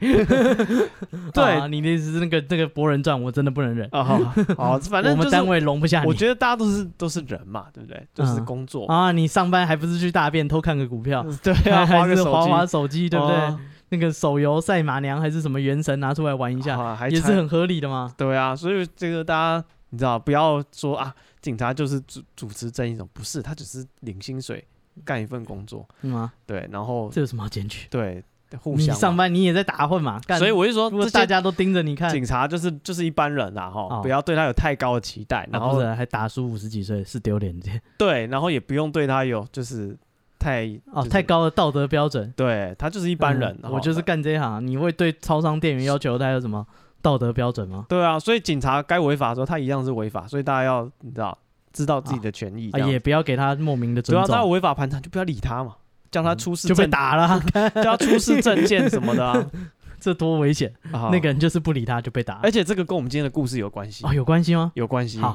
Speaker 1: 对
Speaker 2: 啊你的意思是那个那个《博人传》，我真的不能忍，
Speaker 1: 啊，好好，反正
Speaker 2: 我
Speaker 1: 就
Speaker 2: 们单
Speaker 1: 是。
Speaker 2: 位容不下你。
Speaker 1: 我觉得大家都是都是人嘛，对不对？就是
Speaker 2: 嗯
Speaker 1: 工作，
Speaker 2: 啊，你上班还不是去大便偷看个股票？
Speaker 1: 对啊，
Speaker 2: 还
Speaker 1: 花
Speaker 2: 还
Speaker 1: 个
Speaker 2: 是
Speaker 1: 手
Speaker 2: 滑
Speaker 1: 机，
Speaker 2: 滑手机，对不对？
Speaker 1: 哦
Speaker 2: 那个手游赛马娘还是什么原神拿出来玩一下，
Speaker 1: 啊还
Speaker 2: 也是
Speaker 1: 传
Speaker 2: 很合理的嘛。
Speaker 1: 对啊，所以这个大家你知道，不要说啊，警察就是主主持正义什么，不是，他只是领薪水干一份工作，
Speaker 2: 嗯啊，
Speaker 1: 对，然后
Speaker 2: 这有什么好检举？
Speaker 1: 对互
Speaker 2: 你
Speaker 1: 相嘛
Speaker 2: 上，班你也在打混嘛，干
Speaker 1: 所以我就说
Speaker 2: 如果
Speaker 1: 这
Speaker 2: 大
Speaker 1: 些
Speaker 2: 家都盯着你看，
Speaker 1: 警察就是就是一般人啦，哈、
Speaker 2: 哦
Speaker 1: 不要对他有太高的期待，然
Speaker 2: 然后
Speaker 1: 后、
Speaker 2: 啊还打输五十几岁是丢脸的
Speaker 1: 对，然后也不用对他有就是太
Speaker 2: 哦，
Speaker 1: 就是
Speaker 2: 太高的道德标准。
Speaker 1: 对他就是一
Speaker 2: 一
Speaker 1: 般人，哈
Speaker 2: 嗯我就是干这一行，你会对超商店员要求他有什么道德标准吗？
Speaker 1: 对啊，所以警察该违法的时候，他一样是违法，所以大家要你知道知道自己的权益，
Speaker 2: 啊，
Speaker 1: 这样
Speaker 2: 也不要给他莫名的
Speaker 1: 只
Speaker 2: 尊
Speaker 1: 要他有
Speaker 2: 重，
Speaker 1: 啊
Speaker 2: 嗯
Speaker 1: 违法盘查，就不要理他嘛，叫他出示
Speaker 2: 就被
Speaker 1: 证
Speaker 2: 打了，
Speaker 1: 叫他出示证件什么的啊。
Speaker 2: 这多危险！
Speaker 1: 啊
Speaker 2: 那个，人就是不理他就被打，
Speaker 1: 而且这个跟我们今天的故事有关系
Speaker 2: 哦，，有关系吗？
Speaker 1: 有关系。
Speaker 2: 好，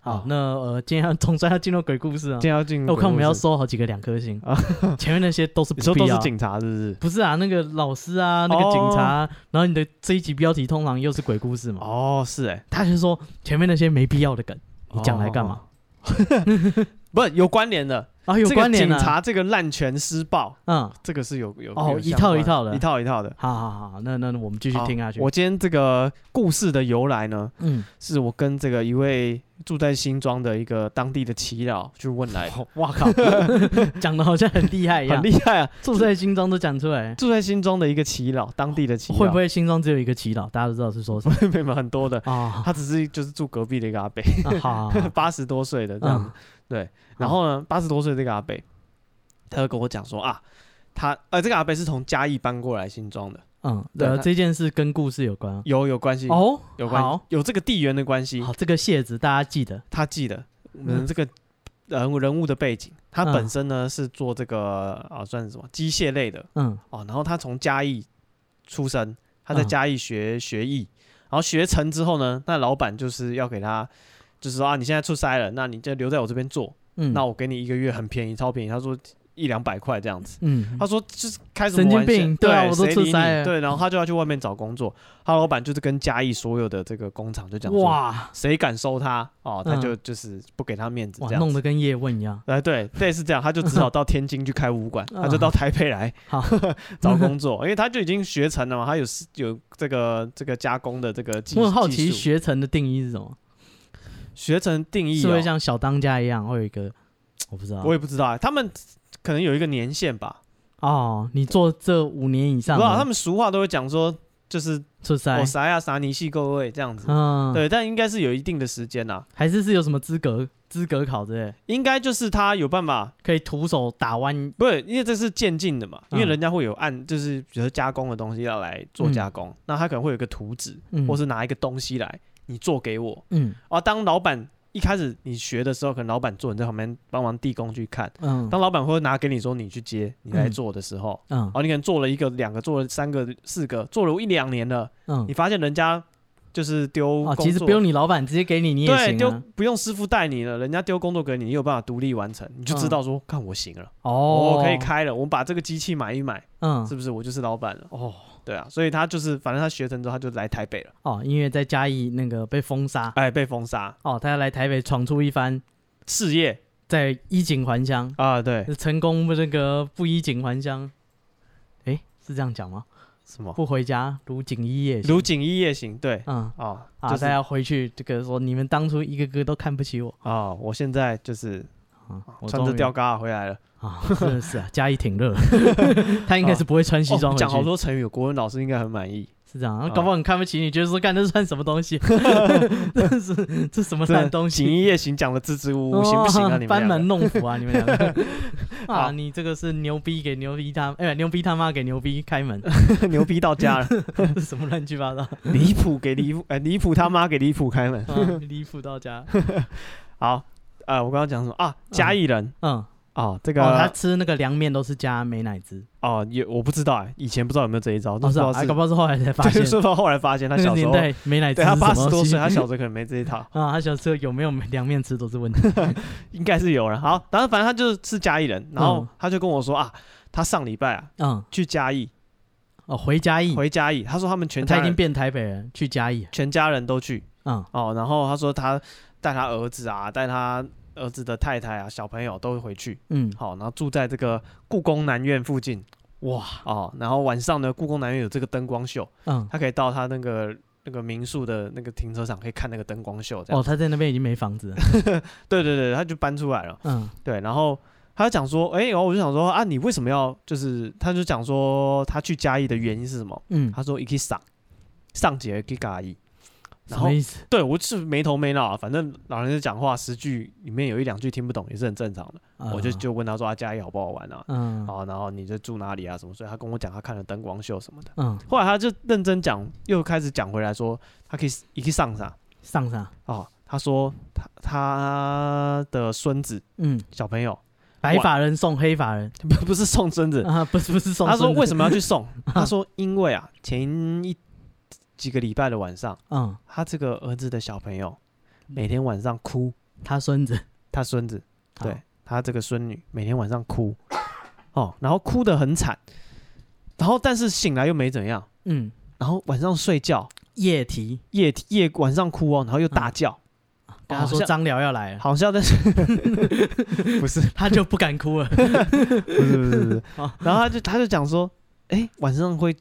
Speaker 2: 好
Speaker 1: 好，
Speaker 2: 那呃，今天要总算要进入鬼故事啊
Speaker 1: 今。天要进，
Speaker 2: 我看我们要，收好几个两颗星
Speaker 1: 啊，
Speaker 2: 前面那些都是不
Speaker 1: 你说都
Speaker 2: 必
Speaker 1: 是
Speaker 2: 要，
Speaker 1: 警察哦是不是？
Speaker 2: 不是啊，那个老师啊，那个警察啊，然后你的这一集标题通常又是鬼故事嘛，
Speaker 1: 哦，是哎，
Speaker 2: 他就说前面那些没必要的梗，
Speaker 1: 哦
Speaker 2: 你讲来干嘛？
Speaker 1: 不有关联的，
Speaker 2: 啊，有
Speaker 1: 哦这个
Speaker 2: 关联
Speaker 1: 警
Speaker 2: 啊，
Speaker 1: 察这个滥权施暴，
Speaker 2: 嗯，
Speaker 1: 这个是有有
Speaker 2: 哦
Speaker 1: 有
Speaker 2: 一
Speaker 1: 相关
Speaker 2: 套一套的
Speaker 1: 一套一套的。
Speaker 2: 好好好，那那那我们继续
Speaker 1: 好
Speaker 2: 听下去，
Speaker 1: 我今天这个故事的由来呢，
Speaker 2: 嗯，
Speaker 1: 是我跟这个一位住在新庄的一个当地的耆老去问来的，
Speaker 2: 哇靠， 讲的好像很厉害一样，
Speaker 1: 很厉害啊！
Speaker 2: 住在心中都讲出来，
Speaker 1: 住在新庄的一个耆老，当地的耆老，
Speaker 2: 会 不会心中只有一个祈祷？大家都知道是说什么
Speaker 1: 没有很多的？
Speaker 2: 啊？
Speaker 1: 他只是就是住隔壁的一个阿伯，
Speaker 2: 啊好好，好
Speaker 1: 八十多岁的这样子。
Speaker 2: 嗯
Speaker 1: 然后呢，八十多岁这个阿伯，他就跟我讲说啊，他呃，这个阿伯是从嘉义搬过来新庄的，
Speaker 2: 嗯，
Speaker 1: 对
Speaker 2: 呃，
Speaker 1: 它
Speaker 2: 这件事跟故事有关啊
Speaker 1: 有有关系，
Speaker 2: 哦，
Speaker 1: 有关系
Speaker 2: 好，
Speaker 1: 有这个地缘的关系，
Speaker 2: 好，这个谢子大家记得，
Speaker 1: 他记得我们
Speaker 2: 嗯
Speaker 1: 这个人人物的背景，他
Speaker 2: 嗯
Speaker 1: 本身呢是做这个啊算是什么机械类的
Speaker 2: 嗯
Speaker 1: 哦，然后他从嘉义出生，他在
Speaker 2: 嗯
Speaker 1: 嘉义学学艺，然后学成之后呢，那老板就是要给他。就是说啊，你现在出差了，那你就留在我这边做，
Speaker 2: 嗯，
Speaker 1: 那我给你一个月很便宜，超便宜。他说一两百块这样子。
Speaker 2: 嗯
Speaker 1: 他，说就是开什么
Speaker 2: 神经
Speaker 1: 玩笑
Speaker 2: 病
Speaker 1: 对
Speaker 2: 对啊我都
Speaker 1: 谁
Speaker 2: 出
Speaker 1: 理你
Speaker 2: 差了
Speaker 1: 对，然后他就要去外面找工作。他老板就是跟嘉义所有的这个工厂就讲说，
Speaker 2: 哇
Speaker 1: 谁敢收他哦，他
Speaker 2: 嗯
Speaker 1: 就就是不给他面子
Speaker 2: 哇
Speaker 1: 这，样
Speaker 2: 弄
Speaker 1: 子。
Speaker 2: 得跟叶问一样，
Speaker 1: 哎，对，类似这样，他就只 好到天津去开武馆，他就到台北来
Speaker 2: 啊好
Speaker 1: 找 工作，因为他就已经学成了嘛，他有有这个这个加工的这个技。
Speaker 2: 我很好
Speaker 1: 技
Speaker 2: 奇
Speaker 1: 术
Speaker 2: 学成的定义是什么？
Speaker 1: 学成定义
Speaker 2: 是不
Speaker 1: 哦
Speaker 2: 是像小当家一样会有一个？我不知道
Speaker 1: 我也不知道啊，他们可能有一个年限吧，
Speaker 2: 哦，你做这五年以
Speaker 1: 不
Speaker 2: 上
Speaker 1: 知
Speaker 2: 的，
Speaker 1: 道他们俗话都会讲说，就是
Speaker 2: 出差
Speaker 1: 我，啥呀啥尼系各位这样子。
Speaker 2: 嗯，，
Speaker 1: 对，但应该是有一定的时间呐，
Speaker 2: 还是是有什么资格资格考之类，
Speaker 1: 应该就是他有办法，
Speaker 2: 可以徒手打弯，
Speaker 1: 不是因为这是渐进的嘛，因为
Speaker 2: 嗯
Speaker 1: 人家会有按就是比如说加工的东西要来做加工，那他可能会有一个图纸，
Speaker 2: 嗯，
Speaker 1: 或是拿一个东西来你做给我，
Speaker 2: 嗯
Speaker 1: 啊，当老板一开始你学的时候，可能老板做，你在旁边帮忙递工去看，
Speaker 2: 嗯
Speaker 1: 当老板会拿给你说你去接，你来
Speaker 2: 嗯
Speaker 1: 做的时候，
Speaker 2: 嗯
Speaker 1: 哦，你可能做了一个、两个，做了三个、四个，做了一两年了，
Speaker 2: 嗯
Speaker 1: 你，发现人家就是丢
Speaker 2: 哦，
Speaker 1: 工作，
Speaker 2: 其实不用你老板直接给你，你也
Speaker 1: 对，
Speaker 2: 行
Speaker 1: 丢
Speaker 2: 啊。
Speaker 1: 不用师傅带你了，人家丢工作给你，你有办法独立完成，你就知道说，看我行了，
Speaker 2: 嗯哦，
Speaker 1: 我可以，开了，我把这个机器买一买，
Speaker 2: 嗯
Speaker 1: 是，不是我就是老板了？
Speaker 2: 哦
Speaker 1: 对啊，所以他就是，反正他学成之后他就来台北了，
Speaker 2: 哦，因为在嘉义那个被封杀，
Speaker 1: 哎，被封杀，
Speaker 2: 哦，他要来台北闯出一番，
Speaker 1: 事业
Speaker 2: 在衣锦还乡，
Speaker 1: 啊，对，
Speaker 2: 成功不那个不衣锦还乡，诶，是这样讲吗？
Speaker 1: 什么
Speaker 2: 不回家如锦衣夜行，
Speaker 1: 哦如锦衣夜行，对，
Speaker 2: 嗯。
Speaker 1: 啊，
Speaker 2: 啊，
Speaker 1: 就是
Speaker 2: 大家回去这个说，你们当初一个个都看不起我
Speaker 1: 啊，我现在就是
Speaker 2: 啊！我
Speaker 1: 穿着
Speaker 2: 终于
Speaker 1: 吊嘎回来了。
Speaker 2: 啊，真的是啊，嘉义挺热，他应该是不会穿西
Speaker 1: 哦
Speaker 2: 装回去。
Speaker 1: 讲好多成语，国文老师应该很满 意。
Speaker 2: 是这样，然后
Speaker 1: 啊
Speaker 2: 搞不好很看不起你，觉得说干这算什 么东西？这是这什么
Speaker 1: 这
Speaker 2: 烂 东
Speaker 1: 锦
Speaker 2: 西？
Speaker 1: 衣夜行讲的支支吾吾，行不行啊？
Speaker 2: 哦
Speaker 1: 你们
Speaker 2: 班
Speaker 1: 两个
Speaker 2: 门弄斧啊！你们两个啊，
Speaker 1: 好
Speaker 2: 你这个是牛逼给牛逼他，哎，牛逼他妈给牛逼 开门，
Speaker 1: 牛逼到家了，
Speaker 2: 这什么乱七八糟，
Speaker 1: 离谱给离谱，哎，离谱他妈给离谱开 门。
Speaker 2: 啊离谱 到家。
Speaker 1: 好，呃，我刚刚讲什么啊？嘉义人
Speaker 2: 嗯，哦，
Speaker 1: 哦，这个
Speaker 2: 他吃那个凉面都是加美乃滋，
Speaker 1: 哦，也我不知道哎，以前不知道有没有这一招，都不
Speaker 2: 哦是
Speaker 1: 知道
Speaker 2: 啊，
Speaker 1: 是
Speaker 2: 哎搞不好是后来才发现
Speaker 1: 对，，说到后来发现他
Speaker 2: 那个
Speaker 1: 小时
Speaker 2: 年
Speaker 1: 候，
Speaker 2: 代美乃滋
Speaker 1: 对
Speaker 2: 是
Speaker 1: 他
Speaker 2: 什么
Speaker 1: 八十多
Speaker 2: 东西
Speaker 1: 岁，他小时候可能没这一套，
Speaker 2: 啊，他小时候有没有凉面吃都是问题。
Speaker 1: 应该是有了。好，然后反正他就是是嘉义人，然后
Speaker 2: 嗯
Speaker 1: 他就跟我说啊，他上礼拜啊
Speaker 2: 嗯，
Speaker 1: 去嘉义，
Speaker 2: 哦，回嘉义，
Speaker 1: 回嘉义，他说他们全
Speaker 2: 他
Speaker 1: 家
Speaker 2: 已经
Speaker 1: 人
Speaker 2: 变台北人，去嘉义。
Speaker 1: 全家人都去，
Speaker 2: 嗯，
Speaker 1: 哦，然后他说他带他儿子啊，带他儿子的太太啊，小朋友都回去，
Speaker 2: 嗯，
Speaker 1: 好、然后住在这个故宫南院附近
Speaker 2: 哇，
Speaker 1: 哦，然后晚上呢，故宫南院有这个灯光秀，
Speaker 2: 嗯，
Speaker 1: 他可以到他那个那个民宿的那个停车场可以看那个灯光秀，这样，
Speaker 2: 哦，他在那边已经没房子 了。
Speaker 1: 对对对，他就搬出来了，
Speaker 2: 嗯
Speaker 1: 对，然后。他就讲说，哎、然后我就想说啊，你为什么要就是？他就讲说他去嘉义的原因是什么？
Speaker 2: 嗯，
Speaker 1: 他说 i k 上上节 i k 嘉义，
Speaker 2: 什
Speaker 1: 然后
Speaker 2: 么意思？
Speaker 1: 对我是没头没脑、啊，反正老人家讲话十句里面有一两句听不懂也是很正常的。我就
Speaker 2: 啊
Speaker 1: 就问他说他家里好不好玩啊？
Speaker 2: 嗯
Speaker 1: 啊，然后你就住哪里啊？什么？所以他跟我讲他看了灯光秀什么的。
Speaker 2: 嗯
Speaker 1: 后来他就认真讲，又开始讲回来说他可以一去上啥
Speaker 2: 上上
Speaker 1: 哦，他说他他的孙子
Speaker 2: 嗯，
Speaker 1: 小朋友
Speaker 2: 白发人送黑发人
Speaker 1: 不不是送孙子，
Speaker 2: 啊，不是不是送
Speaker 1: 他
Speaker 2: 孙子。
Speaker 1: 说为什么要去 送？他说因为啊前一几个礼拜的晚上，
Speaker 2: 嗯，
Speaker 1: 他这个儿子的小朋友每天晚上哭，
Speaker 2: 他孙子
Speaker 1: 他孙子
Speaker 2: 好
Speaker 1: 对他这个孙女每天晚上哭，哦，然后哭得很惨，然后但是醒来又没怎样，
Speaker 2: 嗯
Speaker 1: 然后晚上睡觉
Speaker 2: 叶提
Speaker 1: 夜夜晚上哭哦，然后又大叫，
Speaker 2: 啊跟他
Speaker 1: 哦好
Speaker 2: 说
Speaker 1: 像
Speaker 2: 张辽要来了，
Speaker 1: 好像在 不是
Speaker 2: 他就不敢 哭了。
Speaker 1: 不是不是不是
Speaker 2: 好，
Speaker 1: 然后他就他就讲说，哎，晚上会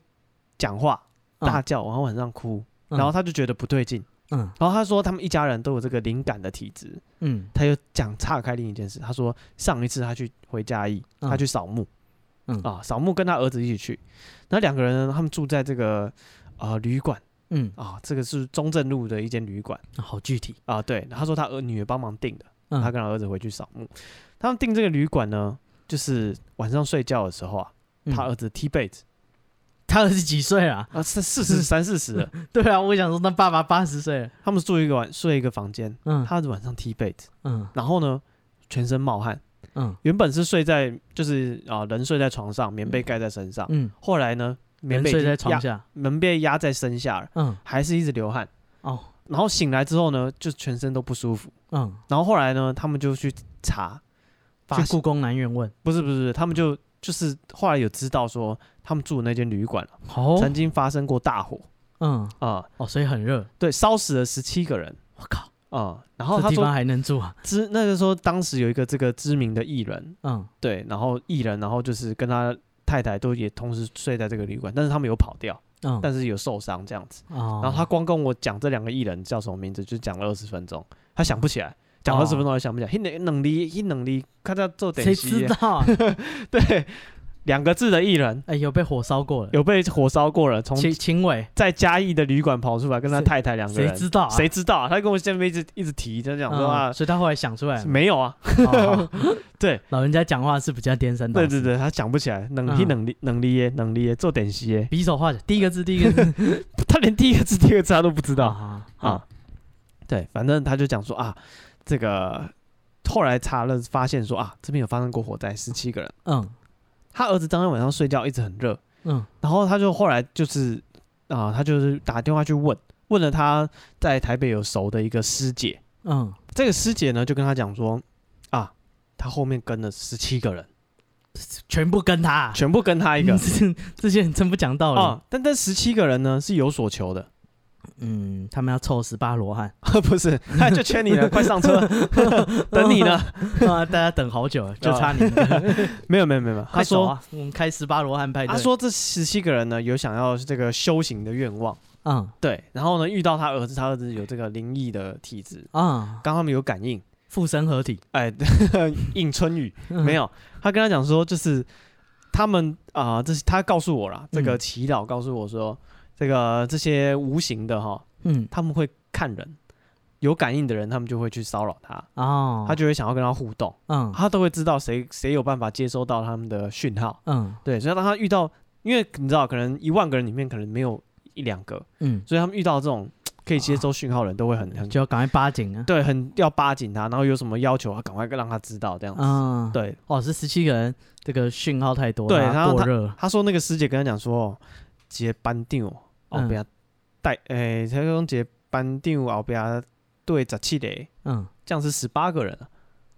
Speaker 1: 讲话
Speaker 2: 嗯
Speaker 1: 大叫，然后晚上哭，
Speaker 2: 嗯
Speaker 1: 然后他就觉得不对劲，
Speaker 2: 嗯
Speaker 1: 然后他说他们一家人都有这个灵感的体质，
Speaker 2: 嗯
Speaker 1: 他又讲岔开另一件事，他说上一次他去回嘉义，
Speaker 2: 嗯
Speaker 1: 他去扫墓，
Speaker 2: 嗯
Speaker 1: 啊，扫墓跟他儿子一起去，那两个人呢，他们住在这个呃旅馆
Speaker 2: 嗯，
Speaker 1: 啊，这个是中正路的一间旅馆
Speaker 2: 好具体。
Speaker 1: 啊，对，他说他儿女儿帮忙订的，
Speaker 2: 嗯
Speaker 1: 他跟他儿子回去扫墓，他们订这个旅馆呢，就是晚上睡觉的时候啊，
Speaker 2: 嗯
Speaker 1: 他儿子踢被子，
Speaker 2: 他二十几 岁了啊，
Speaker 1: 啊，四四十三四十了，
Speaker 2: 对啊，我想说，那爸爸八十岁了，
Speaker 1: 他们住一个晚睡一个房间，
Speaker 2: 嗯
Speaker 1: 他晚上踢被子，
Speaker 2: 嗯
Speaker 1: 然后呢全身冒汗，
Speaker 2: 嗯
Speaker 1: 原本是睡在就是啊、人睡在床上，棉被盖在身上，
Speaker 2: 嗯，
Speaker 1: 后来呢棉
Speaker 2: 人
Speaker 1: 被已
Speaker 2: 睡
Speaker 1: 经
Speaker 2: 在床
Speaker 1: 压，
Speaker 2: 下，
Speaker 1: 棉被压在身下了，
Speaker 2: 嗯
Speaker 1: 还是一直流汗，
Speaker 2: 哦，
Speaker 1: 然后醒来之后呢就全身都不舒服，
Speaker 2: 嗯，
Speaker 1: 然后后来呢他们就去查，发
Speaker 2: 去
Speaker 1: 现
Speaker 2: 故宫南院问，
Speaker 1: 不是不是不是，他们就就是后来有知道说他们住的那间旅馆、啊
Speaker 2: 哦，
Speaker 1: 曾经发生过大火
Speaker 2: 嗯
Speaker 1: 啊、
Speaker 2: 哦，所以很热，
Speaker 1: 对，烧死了十七个人
Speaker 2: 我靠，
Speaker 1: 啊、然后
Speaker 2: 这
Speaker 1: 他
Speaker 2: 地方
Speaker 1: 说
Speaker 2: 还能住啊，
Speaker 1: 知那个时候当时有一个这个知名的艺人，
Speaker 2: 嗯
Speaker 1: 对，然后艺人，然后就是跟他太太都也同时睡在这个旅馆，但是他们有跑掉，
Speaker 2: 嗯，
Speaker 1: 但是有受伤这样子。
Speaker 2: 哦，
Speaker 1: 然后他光跟我讲这两个艺人叫什么名字，就讲了二十分钟，他想不起来，讲
Speaker 2: 哦
Speaker 1: 二十分钟还想不起来。他能能力，他能力，看他做点
Speaker 2: 谁知
Speaker 1: 戏。
Speaker 2: 道啊？
Speaker 1: 对，两个字的艺人
Speaker 2: 哎，有被火烧过 了，
Speaker 1: 有被火烧过了，从
Speaker 2: 秦秦伟，
Speaker 1: 在嘉义的旅馆跑出来，跟他
Speaker 2: 谁
Speaker 1: 太太两个
Speaker 2: 谁
Speaker 1: 人，
Speaker 2: 知道啊？
Speaker 1: 谁知道啊？他跟我现在一直一直提，他讲说啊
Speaker 2: 嗯，，所以他后来想出来了，
Speaker 1: 没有啊，
Speaker 2: 哦好
Speaker 1: 对
Speaker 2: 老人家讲话是比较颠三倒
Speaker 1: 对
Speaker 2: 四，
Speaker 1: 对对，他讲不起来，能
Speaker 2: 嗯
Speaker 1: 力能力能力耶，能力耶，做点戏耶，
Speaker 2: 比手画脚，第一个字，第一个 字，
Speaker 1: 他连第一个字、第二个字他都不知 道
Speaker 2: 啊
Speaker 1: 啊，。对，反正他就讲说啊，这个后来查了，发现说啊，这边有发生过火灾，十七个人。
Speaker 2: 嗯
Speaker 1: 他儿子当天晚上睡觉一直很热，
Speaker 2: 嗯
Speaker 1: 然后他就后来就是啊，他就是打电话去问，问了他在台北有熟的一个师姐，
Speaker 2: 嗯，
Speaker 1: 这个师姐呢就跟他讲说啊，他后面跟了十七个人，
Speaker 2: 全部跟他啊，
Speaker 1: 全部跟他一个
Speaker 2: 这这些人真不讲道理。
Speaker 1: 啊，但这十七个人呢是有所求的，
Speaker 2: 嗯，他们要凑十八罗汉
Speaker 1: 不是，他就缺你了，快上车， 等你呢。
Speaker 2: 啊，大家等好久了，就差你一个。
Speaker 1: 没有没有没有没有，他
Speaker 2: 快走
Speaker 1: 说、
Speaker 2: 啊，我们开十八罗汉派对。
Speaker 1: 他说这十七个人呢有想要这个修行的愿望，
Speaker 2: 嗯
Speaker 1: 对，然后呢遇到他儿子，他儿子有这个灵异的体质，
Speaker 2: 啊，
Speaker 1: 刚他们有感应，
Speaker 2: 附身合体
Speaker 1: 哎， 应春雨没有，他跟他讲说就是他们啊、这是他告诉我啦，这个
Speaker 2: 嗯
Speaker 1: 祈祷告诉我说，这个这些无形的哈，
Speaker 2: 嗯
Speaker 1: 他们会看人，有感应的人他们就会去骚扰他，
Speaker 2: 哦，
Speaker 1: 他就会想要跟他互动，
Speaker 2: 嗯
Speaker 1: 他都会知道谁谁有办法接收到他们的讯号。
Speaker 2: 嗯
Speaker 1: 对，所以当他遇到，因为你知道，可能一万个人里面可能没有一两个，
Speaker 2: 嗯，
Speaker 1: 所以他们遇到这种可以接
Speaker 2: 啊
Speaker 1: 收讯号的人，都会很很
Speaker 2: 就要赶快扒紧啊。
Speaker 1: 对，很要巴紧他，然后有什么要求，啊他赶快让他知道这样子。
Speaker 2: 嗯，，
Speaker 1: 对，
Speaker 2: 哦，是十七个人，这个讯号太多，
Speaker 1: 对
Speaker 2: 大家
Speaker 1: 然后
Speaker 2: 过热，
Speaker 1: 他说那个师姐跟他讲说，接班长哦后
Speaker 2: 嗯
Speaker 1: 边带，诶、他说接班长后边对十七个，
Speaker 2: 嗯，
Speaker 1: 这样是十八个人啊。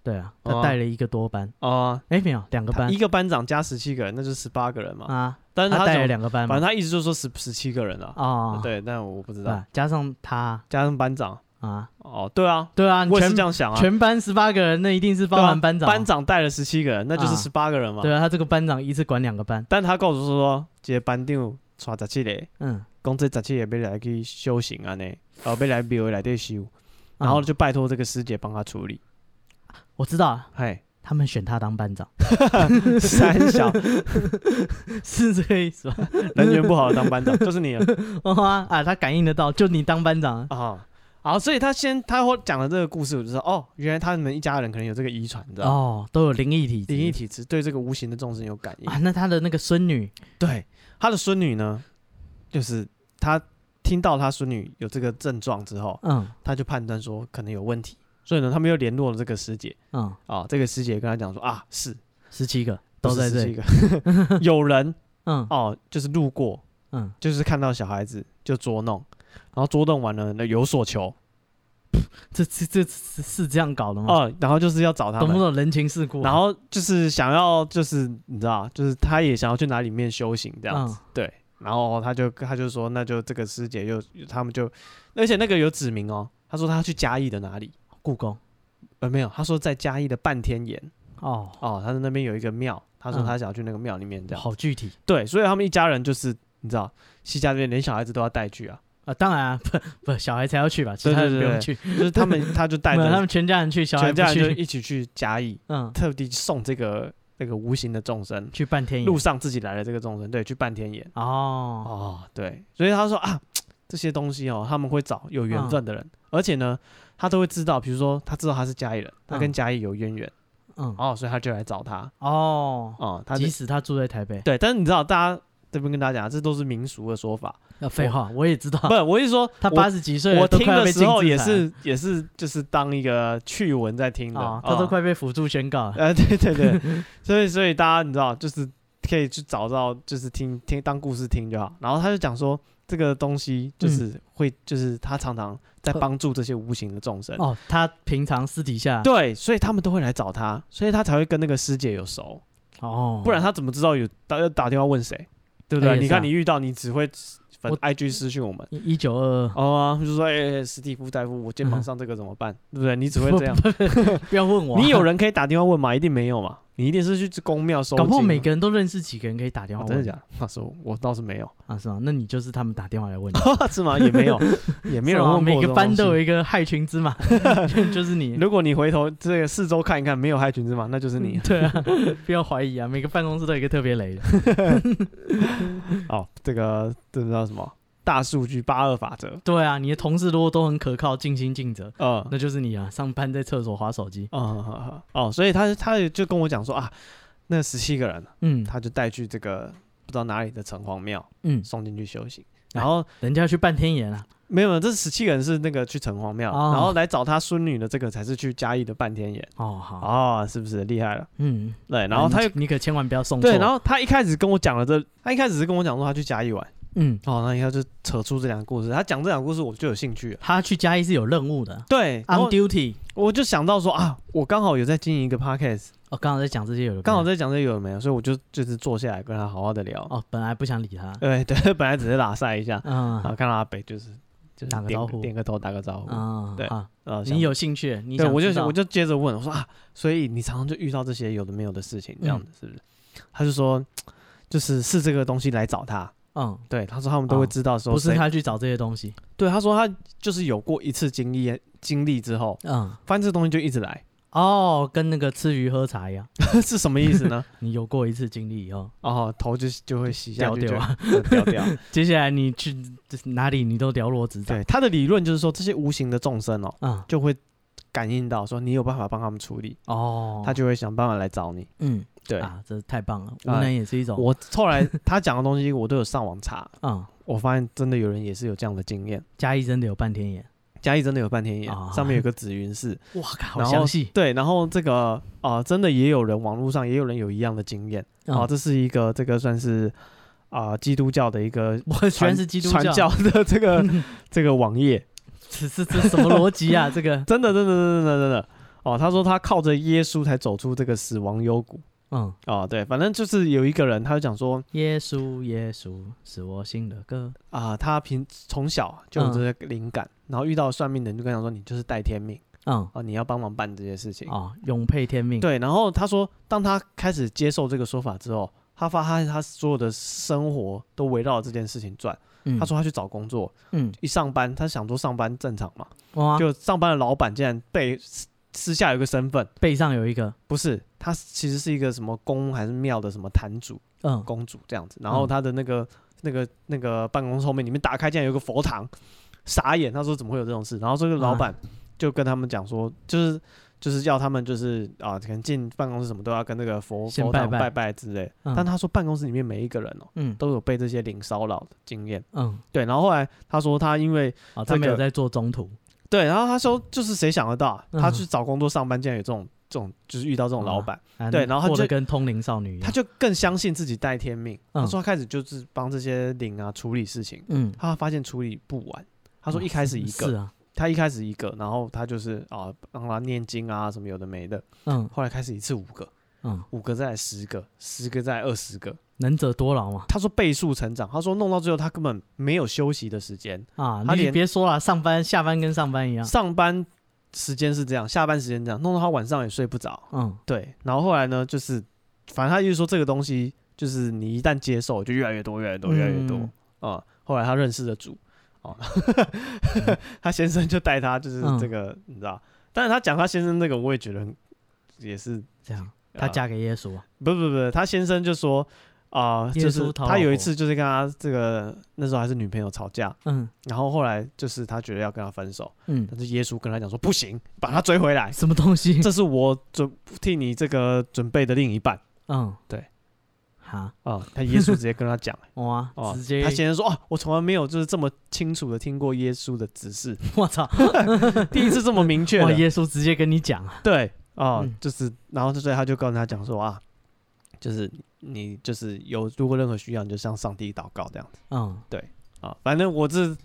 Speaker 2: 对啊，
Speaker 1: 哦
Speaker 2: 他
Speaker 1: 啊
Speaker 2: 带了一个多班，
Speaker 1: 哦
Speaker 2: 哎，没有两个班
Speaker 1: 一个班长加十七个人，那就十八个人嘛。
Speaker 2: 啊，
Speaker 1: 但是
Speaker 2: 他带
Speaker 1: 讲
Speaker 2: 了两个班嘛
Speaker 1: 反正，他一直就说十十七个人啊。
Speaker 2: 哦，啊
Speaker 1: 对，但我不知
Speaker 2: 对
Speaker 1: 道，
Speaker 2: 吧，加上他
Speaker 1: 加上班长。
Speaker 2: 啊，
Speaker 1: 哦，对啊，
Speaker 2: 对啊，
Speaker 1: 我也
Speaker 2: 全
Speaker 1: 是这样想啊。
Speaker 2: 全班十八个人，那一定是包含班长。
Speaker 1: 班长带了十七个人，那就是
Speaker 2: 啊
Speaker 1: 十八个人嘛。
Speaker 2: 对啊，他这个班长一次管两个班。
Speaker 1: 但他告诉说，这个班长带十七个，
Speaker 2: 嗯，
Speaker 1: 讲这十七个要来去修行啊呢，哦，要来庙来底修，然后
Speaker 2: 嗯
Speaker 1: 就拜托这个师姐帮他处理。
Speaker 2: 我知道啊
Speaker 1: 嘿，
Speaker 2: 他们选他当 班长
Speaker 1: 三小
Speaker 2: 是这个意思吧？
Speaker 1: 人缘不好的当班 长就是你了
Speaker 2: 哦啊啊，他感应得到，就你当班长啊。
Speaker 1: 啊。好，所以他先他后讲了这个故事，我就知道哦，原来他们一家人可能有这个遗传，你知道吗？
Speaker 2: 哦，都有灵异体质，
Speaker 1: 灵异体质对这个无形的众生有感应
Speaker 2: 啊。。那他的那个孙女，
Speaker 1: 对，他的孙女呢，就是他听到他孙女有这个症状之后，
Speaker 2: 嗯
Speaker 1: 他就判断说可能有问题，所以呢，他们又联络了这个师姐
Speaker 2: 嗯，
Speaker 1: 啊，这个师姐跟他讲说啊，是
Speaker 2: 十七个都在这
Speaker 1: 一
Speaker 2: 里。
Speaker 1: 个 有人
Speaker 2: 嗯
Speaker 1: 哦，就是路过，
Speaker 2: 嗯，
Speaker 1: 就是看到小孩子就捉弄，然后捉弄完了那有所求
Speaker 2: 这这这是是这样搞的吗？
Speaker 1: 啊，然后就是要找他
Speaker 2: 嗯懂不
Speaker 1: 们。
Speaker 2: 懂人情世故啊？
Speaker 1: 然后就是想要，就是你知道，就是他也想要去哪里面修行这
Speaker 2: 嗯
Speaker 1: 样子，对。然后他就他就说，那就这个师姐又他们就，而且那个有指明哦，他说他去嘉义的哪里，
Speaker 2: 故宫
Speaker 1: 呃没有，他说在嘉义的半天岩
Speaker 2: 哦，
Speaker 1: 哦，他在那边有一个庙，他说
Speaker 2: 嗯
Speaker 1: 他想要去那个庙里面这样，
Speaker 2: 好具体
Speaker 1: 对，所以他们一家人就是你知道，西家这边连小孩子都要带去啊，
Speaker 2: 啊。当然啊，不不，小孩才要去吧，其
Speaker 1: 对
Speaker 2: 他
Speaker 1: 对
Speaker 2: 人不
Speaker 1: 对
Speaker 2: 用
Speaker 1: 对
Speaker 2: 去，
Speaker 1: 就是他们 他就带
Speaker 2: 没有他
Speaker 1: 着
Speaker 2: 们全家人去，小孩
Speaker 1: 全
Speaker 2: 不
Speaker 1: 家人就
Speaker 2: 去。
Speaker 1: 一起去嘉义，
Speaker 2: 嗯，
Speaker 1: 特地送这个那个无形的众生，
Speaker 2: 去半天
Speaker 1: 路
Speaker 2: 野
Speaker 1: 上自己来了这个众生，对，去半天岩。
Speaker 2: 嗯哦，
Speaker 1: 哦，对，所以他说啊，这些东西哦，他们会找有缘
Speaker 2: 嗯
Speaker 1: 分的人，而且呢，他都会知道，比如说他知道他是嘉义人，他跟
Speaker 2: 嗯
Speaker 1: 嘉义有渊源，
Speaker 2: 嗯
Speaker 1: 哦，所以他就来找他，
Speaker 2: 哦，
Speaker 1: 哦，他就
Speaker 2: 即使他住在台北，
Speaker 1: 对，但是你知道，大家这边跟大家讲，这都是民俗的说法。
Speaker 2: 要废话，我也知道，
Speaker 1: 不，我是说，
Speaker 2: 他
Speaker 1: 我
Speaker 2: 八十几岁了，
Speaker 1: 我
Speaker 2: 都
Speaker 1: 听
Speaker 2: 快要
Speaker 1: 的
Speaker 2: 被
Speaker 1: 时候
Speaker 2: 禁
Speaker 1: 也
Speaker 2: 制裁了
Speaker 1: 是也是就是当一个趣闻在听的，
Speaker 2: 啊，他都
Speaker 1: 啊
Speaker 2: 快被辅助宣告了。
Speaker 1: 呃，对对对，所以所以大家你知道，就是可以去找到，就是听听当故事听就好。然后他就讲说，这个东西
Speaker 2: 嗯
Speaker 1: 就是会，就是他常常在
Speaker 2: 会
Speaker 1: 帮助这些无形的众生。
Speaker 2: 哦，他平常私底下
Speaker 1: 对，所以他们都会来找他，所以他才会跟那个师姐有熟，
Speaker 2: 哦，
Speaker 1: 不然他怎么知道有打要打电话问谁，对不对？
Speaker 2: 哎也
Speaker 1: 你
Speaker 2: 是啊
Speaker 1: 看你遇到，你只会粉
Speaker 2: 我
Speaker 1: IG 私讯我们，
Speaker 2: 一九二二
Speaker 1: 哦、啊，就说哎、哎史蒂夫大夫，我肩膀上这个怎么办？对不对？你只会这样，
Speaker 2: 不要问我啊，
Speaker 1: 你有人可以打电话问吗？一定没有嘛，你一定是去公庙收
Speaker 2: 搞不好
Speaker 1: 经
Speaker 2: 每个啊人都认识几个人可以打电话
Speaker 1: 哦
Speaker 2: 问，
Speaker 1: 真的假的？他说我倒是没 有，
Speaker 2: 啊？是吗？那你就是他们打电话来问你，
Speaker 1: 是吗？也 没有，也没有人
Speaker 2: 是吗
Speaker 1: 问过。
Speaker 2: 每个班都有。一个害群 之马，就是你。
Speaker 1: 如果你回头这个四周看一看，没有害群之马，那就是你
Speaker 2: 嗯。对啊，不要怀疑啊！每个办公室都有一个特别雷的，
Speaker 1: 哦，这个这叫什么？大数据八二法则。
Speaker 2: 对啊，你的同事如果都很可靠、尽心尽责，
Speaker 1: 嗯
Speaker 2: 那就是你啊！上班在厕所划手机，
Speaker 1: 嗯嗯嗯哦，所以他他就跟我讲说啊，那十七个人，
Speaker 2: 嗯
Speaker 1: 他就带去这个不知道哪里的城隍庙
Speaker 2: 嗯，
Speaker 1: 送进去修行，然后
Speaker 2: 人家要去半天眼啊，
Speaker 1: 没有，这十七个人是那个去城隍庙，
Speaker 2: 哦
Speaker 1: 然后来找他孙女的这个才是去嘉义的半天眼。
Speaker 2: 哦好，
Speaker 1: 哦，是不是厉害了？
Speaker 2: 嗯，
Speaker 1: 对，然后
Speaker 2: 啊
Speaker 1: 他
Speaker 2: 你
Speaker 1: 又
Speaker 2: 你可千万不要送错，
Speaker 1: 对，然后他一开始跟我讲了这，他一开始是跟我讲说他去嘉义玩，
Speaker 2: 嗯，
Speaker 1: 哦，那你看就扯出这两个故事，他讲这两个故事我就有兴趣了。
Speaker 2: 他去嘉义是有任务的
Speaker 1: 对，然
Speaker 2: ，on
Speaker 1: 后
Speaker 2: duty。
Speaker 1: 我就想到说啊，我刚好有在经营一个 podcast，
Speaker 2: 哦，刚好在讲这些有的没的，
Speaker 1: 刚好在讲这个有没有，所以我就就是坐下来跟他好好的聊。
Speaker 2: 哦，本来不想理他，
Speaker 1: 对对， 本来只是拉塞一下，然后
Speaker 2: 嗯
Speaker 1: 看到阿北就是就是
Speaker 2: 打个
Speaker 1: 点
Speaker 2: 招呼
Speaker 1: 点个头，打个招呼。啊，
Speaker 2: 嗯，
Speaker 1: 对
Speaker 2: 好
Speaker 1: 想
Speaker 2: 你有兴趣，你
Speaker 1: 对，
Speaker 2: 想
Speaker 1: 我就
Speaker 2: 知道
Speaker 1: 我就接着问我说啊，所以你常常就遇到这些有的没有的事情，这
Speaker 2: 嗯
Speaker 1: 样子、是不是？他就说，就是是这个东西来找他。
Speaker 2: 嗯，
Speaker 1: 对，他说他们都会
Speaker 2: 哦
Speaker 1: 知道说
Speaker 2: 不是
Speaker 1: 谁
Speaker 2: 他去找这些东西，
Speaker 1: 对，他说他就是有过一次经历经历之后，
Speaker 2: 嗯，
Speaker 1: 发现这东西就一直来，
Speaker 2: 哦，跟那个吃鱼喝茶一样，
Speaker 1: 是什么意思呢？
Speaker 2: 你有过一次经历以后，
Speaker 1: 哦，头就就会洗下
Speaker 2: 掉
Speaker 1: 去，
Speaker 2: 掉啊
Speaker 1: 就呃掉 掉。
Speaker 2: 接下来你去哪里你都了若指掌，
Speaker 1: 对，他的理论就是说，这些无形的众生哦，
Speaker 2: 嗯，
Speaker 1: 就会感应到说你有办法帮他们处理，
Speaker 2: 哦，
Speaker 1: 他就会想办法来找你。
Speaker 2: 嗯，
Speaker 1: 对，
Speaker 2: 啊，这太棒了，无
Speaker 1: 啊
Speaker 2: 能也是一种，
Speaker 1: 我后来他讲的东西我都有上网查，
Speaker 2: 嗯，
Speaker 1: 我发现真的有人也是有这样的经验。
Speaker 2: 嘉义真的有半天眼，
Speaker 1: 嘉义真的有半天眼，
Speaker 2: 啊
Speaker 1: 上面有个紫云寺，
Speaker 2: 哇靠，
Speaker 1: 然
Speaker 2: 好
Speaker 1: 后
Speaker 2: 详细，
Speaker 1: 对，然后这个啊、真的也有人网络上也有人有一样的经验。啊，
Speaker 2: 嗯，
Speaker 1: 这是一个这个算是啊、基督教的一个
Speaker 2: 我居
Speaker 1: 传
Speaker 2: 然是 基督
Speaker 1: 传教的这 个这个网页，
Speaker 2: 这这这什么逻辑 啊？这个，
Speaker 1: 真的真的真的真的真的哦，他说他靠着耶稣才走出这个死亡幽谷
Speaker 2: 嗯，
Speaker 1: 哦，对，反正就是有一个人，他就讲说
Speaker 2: 耶稣耶稣是我心的歌，
Speaker 1: 啊、他平从小就有这些灵感，然后遇到算命的人就跟他说你就是带天命
Speaker 2: 嗯，
Speaker 1: 啊、你要帮忙办这些事情。
Speaker 2: 哦，永配天命，
Speaker 1: 对，然后他说，当他开始接受这个说法之后，他发现他所有的生活都围绕这件事情转。
Speaker 2: 嗯，
Speaker 1: 他说他去找工作，
Speaker 2: 嗯，
Speaker 1: 一上班，他想说上班正常嘛，
Speaker 2: 哇，
Speaker 1: 就上班的老板竟然被私私下有一个身份，
Speaker 2: 背上有一个，
Speaker 1: 不是他其实是一个什么宫还是庙的什么坛主
Speaker 2: 嗯，
Speaker 1: 公主这样子，然后
Speaker 2: 嗯
Speaker 1: 他的那个、那个那个办公室后面里面打开竟然有一个佛堂，傻眼，他说怎么会有这种事？然后这个老
Speaker 2: 啊
Speaker 1: 板就跟他们讲说，就是就是要他们就是啊，可能进办公室什么都要跟那个佛
Speaker 2: 先
Speaker 1: 佛
Speaker 2: 拜
Speaker 1: 堂
Speaker 2: 拜
Speaker 1: 拜拜之类，
Speaker 2: 嗯
Speaker 1: 但他说办公室里面每一个人哦、
Speaker 2: 嗯
Speaker 1: 都有被这些灵骚扰的经验，
Speaker 2: 嗯，
Speaker 1: 对，然后后来他说他因为
Speaker 2: 哦，他
Speaker 1: 这
Speaker 2: 没有
Speaker 1: 个
Speaker 2: 在做中途，
Speaker 1: 对，然后他说，就是谁想得到啊，
Speaker 2: 嗯
Speaker 1: 他去找工作上班，竟然有这种这种，就是遇到这种老板，
Speaker 2: 啊
Speaker 1: 对然
Speaker 2: 那
Speaker 1: 后他
Speaker 2: 过得
Speaker 1: 就
Speaker 2: 跟通灵少女一
Speaker 1: 他
Speaker 2: 样，
Speaker 1: 就更相信自己带天命。
Speaker 2: 嗯
Speaker 1: 他说他开始就是帮这些灵啊处理事情，
Speaker 2: 嗯，
Speaker 1: 他发现处理不完。他说
Speaker 2: 哦
Speaker 1: 一开始一
Speaker 2: 是
Speaker 1: 个，
Speaker 2: 啊，
Speaker 1: 他一开始一个，然后他就是啊让他念经啊什么有的没的，
Speaker 2: 嗯
Speaker 1: 后来开始一次五个，
Speaker 2: 嗯，
Speaker 1: 五个再来十个，十个再来二十个。
Speaker 2: 能者多劳嘛，
Speaker 1: 他说倍数成长，他说弄到最后他根本没有休息的时间，
Speaker 2: 啊，
Speaker 1: 他
Speaker 2: 你
Speaker 1: 连
Speaker 2: 别说了，上班下班跟上班一样，
Speaker 1: 上班时间是这样，下班时间这样，弄到他晚上也睡不着。
Speaker 2: 嗯
Speaker 1: 对，然后后来呢，就是反正他就是说这个东西，就是你一旦接受，就越来越多，越来越多，越来越多
Speaker 2: 嗯
Speaker 1: 啊、后来他认识了主，哦， 他先生就带他，就是
Speaker 2: 嗯
Speaker 1: 这个、你知道，但是他讲他先生那个，我也觉得很也是，
Speaker 2: 这样，
Speaker 1: 啊
Speaker 2: 他嫁给耶稣啊，
Speaker 1: 不不不，他先生就说啊、
Speaker 2: 耶
Speaker 1: 就是
Speaker 2: 稣讨
Speaker 1: 他
Speaker 2: 老
Speaker 1: 有一
Speaker 2: 婆
Speaker 1: 次就是跟他这个那时候还是女朋友吵架，
Speaker 2: 嗯
Speaker 1: 然后后来就是他觉得要跟他分手，
Speaker 2: 嗯，
Speaker 1: 但是耶稣跟他讲说不行，把他追 回来，
Speaker 2: 什么东西？
Speaker 1: 这是我准替你这个准备的另一半。
Speaker 2: 嗯，
Speaker 1: 对，
Speaker 2: 他。
Speaker 1: 啊，他耶稣直接跟他 讲，
Speaker 2: 哇、
Speaker 1: 哦
Speaker 2: 直接
Speaker 1: 他先生说：“哦，我从来没有就是这么清楚的听过耶稣的指示，
Speaker 2: 我操！
Speaker 1: 第一次这么明确
Speaker 2: 哇，
Speaker 1: 的。
Speaker 2: 耶稣直接跟你讲啊，”
Speaker 1: 对，哦，
Speaker 2: 嗯
Speaker 1: 就是，然后所以他就跟他讲说啊，就是你就是有如果任何需要，你就向上帝祷告这样子
Speaker 2: 嗯，
Speaker 1: 啊。反正我这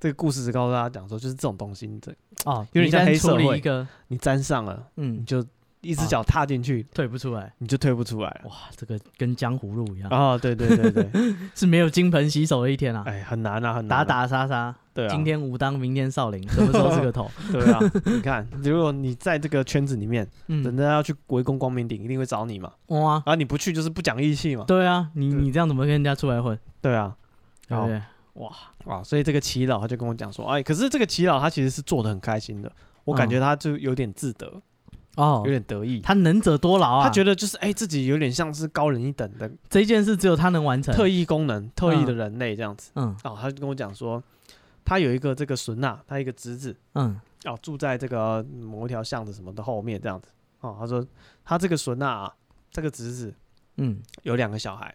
Speaker 1: 这个故事只告诉大家讲说，就是这种东西，你这
Speaker 2: 哦，
Speaker 1: 有点像
Speaker 2: 你一旦
Speaker 1: 黑社
Speaker 2: 处理
Speaker 1: 会
Speaker 2: 一个，
Speaker 1: 你沾上了，你
Speaker 2: 嗯，
Speaker 1: 就一只脚踏进去，
Speaker 2: 退不出来。
Speaker 1: 你就退不出来了。
Speaker 2: 哇，这个跟江湖路一样，
Speaker 1: 啊，对对对 对，
Speaker 2: 是没有金盆洗手的一天啊，
Speaker 1: 哎，很难啊，很难啊、
Speaker 2: 打打杀杀，
Speaker 1: 对啊，
Speaker 2: 今天武当，明天少林，什么时候是 个头？
Speaker 1: 对 啊，你看，如果你在这个圈子里面，人
Speaker 2: 嗯，
Speaker 1: 家要去围攻光明顶，一定会找你嘛。
Speaker 2: 哇，
Speaker 1: 然后你不去就是不讲义气嘛。
Speaker 2: 对啊，你
Speaker 1: 对
Speaker 2: 你这样怎么跟人家出来混？
Speaker 1: 对啊，
Speaker 2: 对不对？
Speaker 1: 啊，所以这个祈老他就跟我讲说，哎，可是这个祈老他其实是做的很开心的，我感觉他就有点自得，
Speaker 2: 哦
Speaker 1: 有，点得意。
Speaker 2: 他能者多劳啊，
Speaker 1: 他觉
Speaker 2: 得
Speaker 1: 得就是哎、自己有点像是高人一等的
Speaker 2: 这件事只有他能完成。
Speaker 1: 特异功能、特异的人类这样子。
Speaker 2: 嗯
Speaker 1: 哦，他就跟我讲说，他有一个这个孙娜，他一个侄子，
Speaker 2: 嗯
Speaker 1: 哦，住在这个某一条巷子什么的后面这样子。哦，他说他这个孙娜、啊，这个侄子
Speaker 2: 嗯
Speaker 1: 有两个小孩，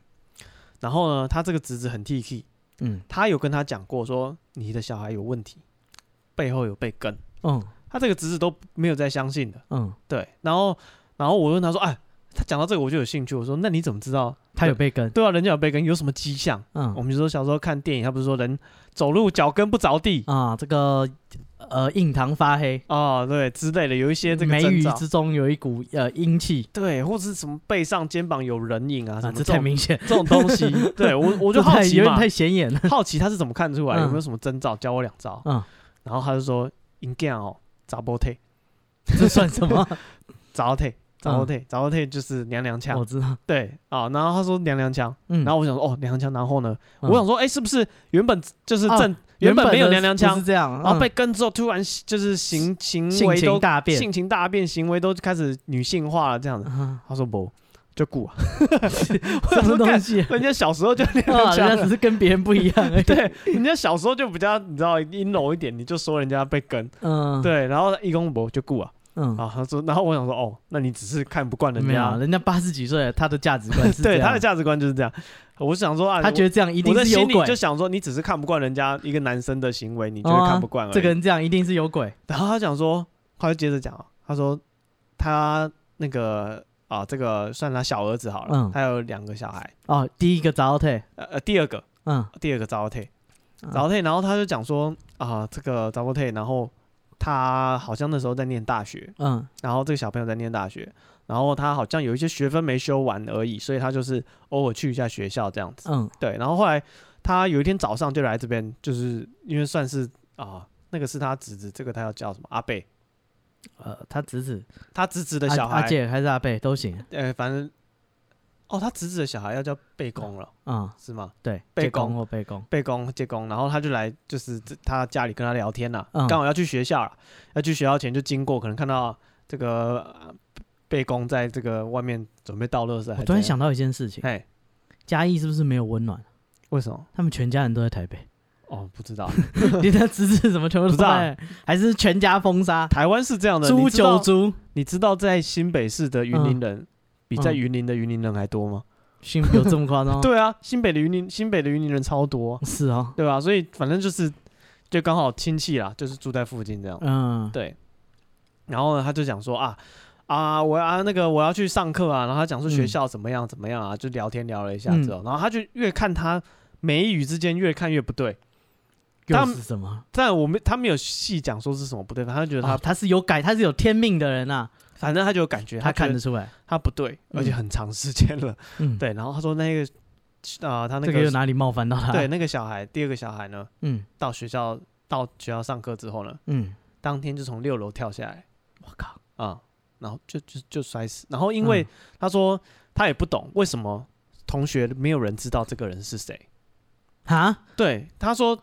Speaker 1: 然后呢，他这个侄子很 T K，
Speaker 2: 嗯
Speaker 1: 他有跟他讲过说你的小孩有问题，背后有被跟，
Speaker 2: 嗯
Speaker 1: 他这个侄子都没有再相信的。
Speaker 2: 嗯，
Speaker 1: 对，然后然后我问他说，哎，他讲到这个我就有兴趣，我说那你怎么知道
Speaker 2: 他有被跟，
Speaker 1: 对啊，人家有被跟，有什么迹象？我
Speaker 2: 嗯
Speaker 1: 们就说小时候看电影，他不是说人走路脚跟不着地
Speaker 2: 啊，这个呃印堂发黑，
Speaker 1: 哦，对之类的，有一些这个
Speaker 2: 眉
Speaker 1: 征
Speaker 2: 宇
Speaker 1: 兆
Speaker 2: 之中有一股呃阴气
Speaker 1: 对，或是什么背上肩膀有人影啊，什
Speaker 2: 啊，
Speaker 1: 么
Speaker 2: 这
Speaker 1: 这
Speaker 2: 太
Speaker 1: 种
Speaker 2: 明显，
Speaker 1: 这种东西， 对我我
Speaker 2: 我
Speaker 1: 就好奇
Speaker 2: 有点
Speaker 1: 嘛，
Speaker 2: 太显眼了。
Speaker 1: 好奇他是怎么看出来，
Speaker 2: 嗯
Speaker 1: 有没有什么征兆，教我两招。
Speaker 2: 嗯，
Speaker 1: 然后他就说应该哦，杂波退，
Speaker 2: 这算 什么？
Speaker 1: 杂退，杂波
Speaker 2: 嗯
Speaker 1: 退，杂波退就是娘娘
Speaker 2: 我
Speaker 1: 腔。
Speaker 2: 知道。
Speaker 1: 对啊，然后他说娘娘腔，
Speaker 2: 嗯，
Speaker 1: 然后我想说哦娘娘腔，然后呢，
Speaker 2: 嗯
Speaker 1: 我想说哎是不是原本就是
Speaker 2: 哦
Speaker 1: 正原本
Speaker 2: 的
Speaker 1: 没有娘娘
Speaker 2: 不
Speaker 1: 腔
Speaker 2: 是，这样，
Speaker 1: 然后
Speaker 2: 嗯
Speaker 1: 被跟之后突然就是行行
Speaker 2: 性
Speaker 1: 为
Speaker 2: 情
Speaker 1: 都
Speaker 2: 大变。
Speaker 1: 性情大变，行为都开始女性化了这 样子。
Speaker 2: 啊
Speaker 1: 他说不，就顾啊，我
Speaker 2: 什
Speaker 1: 想
Speaker 2: 么
Speaker 1: 说
Speaker 2: 东
Speaker 1: 干，
Speaker 2: 西 啊？
Speaker 1: 人家小时候就 娘
Speaker 2: 啊
Speaker 1: 娘
Speaker 2: 人
Speaker 1: 腔
Speaker 2: 家
Speaker 1: 了
Speaker 2: 只。是跟别人不一样而 已。
Speaker 1: 对，人家小时候就比较你知道阴柔一点，你就说人家被跟，
Speaker 2: 嗯，，
Speaker 1: 对，然后义工不就顾啊，
Speaker 2: 嗯，
Speaker 1: 啊，他说，然后我想说，哦，那你只是看不惯人
Speaker 2: 没有，啊
Speaker 1: 家，
Speaker 2: 人家八十几岁了，他的价值观是
Speaker 1: 对，
Speaker 2: 这样
Speaker 1: 他的价值观就是这样，我想说啊，
Speaker 2: 他觉
Speaker 1: 得
Speaker 2: 得这样一
Speaker 1: 我
Speaker 2: 定
Speaker 1: 在
Speaker 2: 是有
Speaker 1: 心里
Speaker 2: 鬼哦
Speaker 1: 就，想说，你只是看不惯人家一个男生的行为，你就会看不惯而已
Speaker 2: 这个，人这样一定是有鬼。
Speaker 1: 然后他讲说，他就接着讲啊，他说他那个啊，这个算他小儿子好了
Speaker 2: 嗯，
Speaker 1: 他有两个小孩，
Speaker 2: 哦，第一个糟蹋，
Speaker 1: 呃呃，第二个
Speaker 2: 嗯，
Speaker 1: 第二个糟蹋，
Speaker 2: 嗯
Speaker 1: 糟蹋，然后他就讲说啊，这个糟蹋，然后他好像那时候在念大学，
Speaker 2: 嗯
Speaker 1: 然后这个小朋友在念大学，然后他好像有一些学分没修完而已，所以他就是偶尔去一下学校这样子。
Speaker 2: 嗯
Speaker 1: 对，然后后来他有一天早上就来这边，就是因为算是啊、那个是他侄子，这个他要叫什么阿贝，
Speaker 2: 呃，他侄子
Speaker 1: 他侄子的
Speaker 2: 阿
Speaker 1: 小
Speaker 2: 阿
Speaker 1: 孩，
Speaker 2: 姐还是阿贝都行，
Speaker 1: 呃，反正哦，他侄子的小孩要叫贝公了，
Speaker 2: 嗯，
Speaker 1: 是吗？
Speaker 2: 对，
Speaker 1: 被
Speaker 2: 借
Speaker 1: 攻
Speaker 2: 攻或被攻，
Speaker 1: 贝公借公，然后他就来，就是这他家里跟他聊天了、
Speaker 2: 嗯
Speaker 1: 刚好要去学校了，要去学校前就经过，可能看到这个呃贝公在这个外面准备倒垃圾。
Speaker 2: 我突然，想到一件事情，
Speaker 1: 哎，
Speaker 2: 嘉义是不是没有温暖？
Speaker 1: 为什么？
Speaker 2: 他们全家人都在台北，
Speaker 1: 哦，不知道，
Speaker 2: 连他侄子什么全部
Speaker 1: 不
Speaker 2: 都
Speaker 1: 知道
Speaker 2: 在，还是全家封杀，
Speaker 1: 台湾是这样的，
Speaker 2: 诛
Speaker 1: 你知道
Speaker 2: 九族，
Speaker 1: 你知道在新北市的云
Speaker 2: 嗯
Speaker 1: 林人、比在云林的云林人还多吗？？，
Speaker 2: 幸有这么夸张
Speaker 1: 对啊，新北的云林，新北的云林人超多，
Speaker 2: 是哦，
Speaker 1: 对吧、所以反正就是就刚好亲戚啦，就是住在附近这样。
Speaker 2: 嗯，
Speaker 1: 对，然后呢，他就讲说啊啊，我啊那个我要去上课啊，然后他讲说学
Speaker 2: 嗯
Speaker 1: 校怎么样怎么样啊，就聊天聊了一下
Speaker 2: 嗯
Speaker 1: 之后，然后他就越看他眉宇之间越看越不对，他
Speaker 2: 又
Speaker 1: 们
Speaker 2: 是什么？
Speaker 1: 但我们他没有细讲说是什么不对，反正他觉得他、
Speaker 2: 哦他是有改，他是有天命的人呐，
Speaker 1: 反正他就有感觉，
Speaker 2: 他看
Speaker 1: 觉
Speaker 2: 得
Speaker 1: 得
Speaker 2: 出来。
Speaker 1: 他不对，而且
Speaker 2: 嗯
Speaker 1: 很长时间了，
Speaker 2: 嗯，
Speaker 1: 对，然后他说那个啊、他那
Speaker 2: 这
Speaker 1: 个
Speaker 2: 个又哪里冒犯到 他？
Speaker 1: 对，那个小孩第二个小孩呢，
Speaker 2: 嗯
Speaker 1: 到学校到学校上课之后呢，
Speaker 2: 嗯，
Speaker 1: 当天就从六楼跳下来。
Speaker 2: 我靠，
Speaker 1: 啊、然后就就就摔死。然后因
Speaker 2: 嗯
Speaker 1: 为他说他也不懂为什么同学没有人知道这个人是谁。
Speaker 2: 哈，
Speaker 1: 对，他说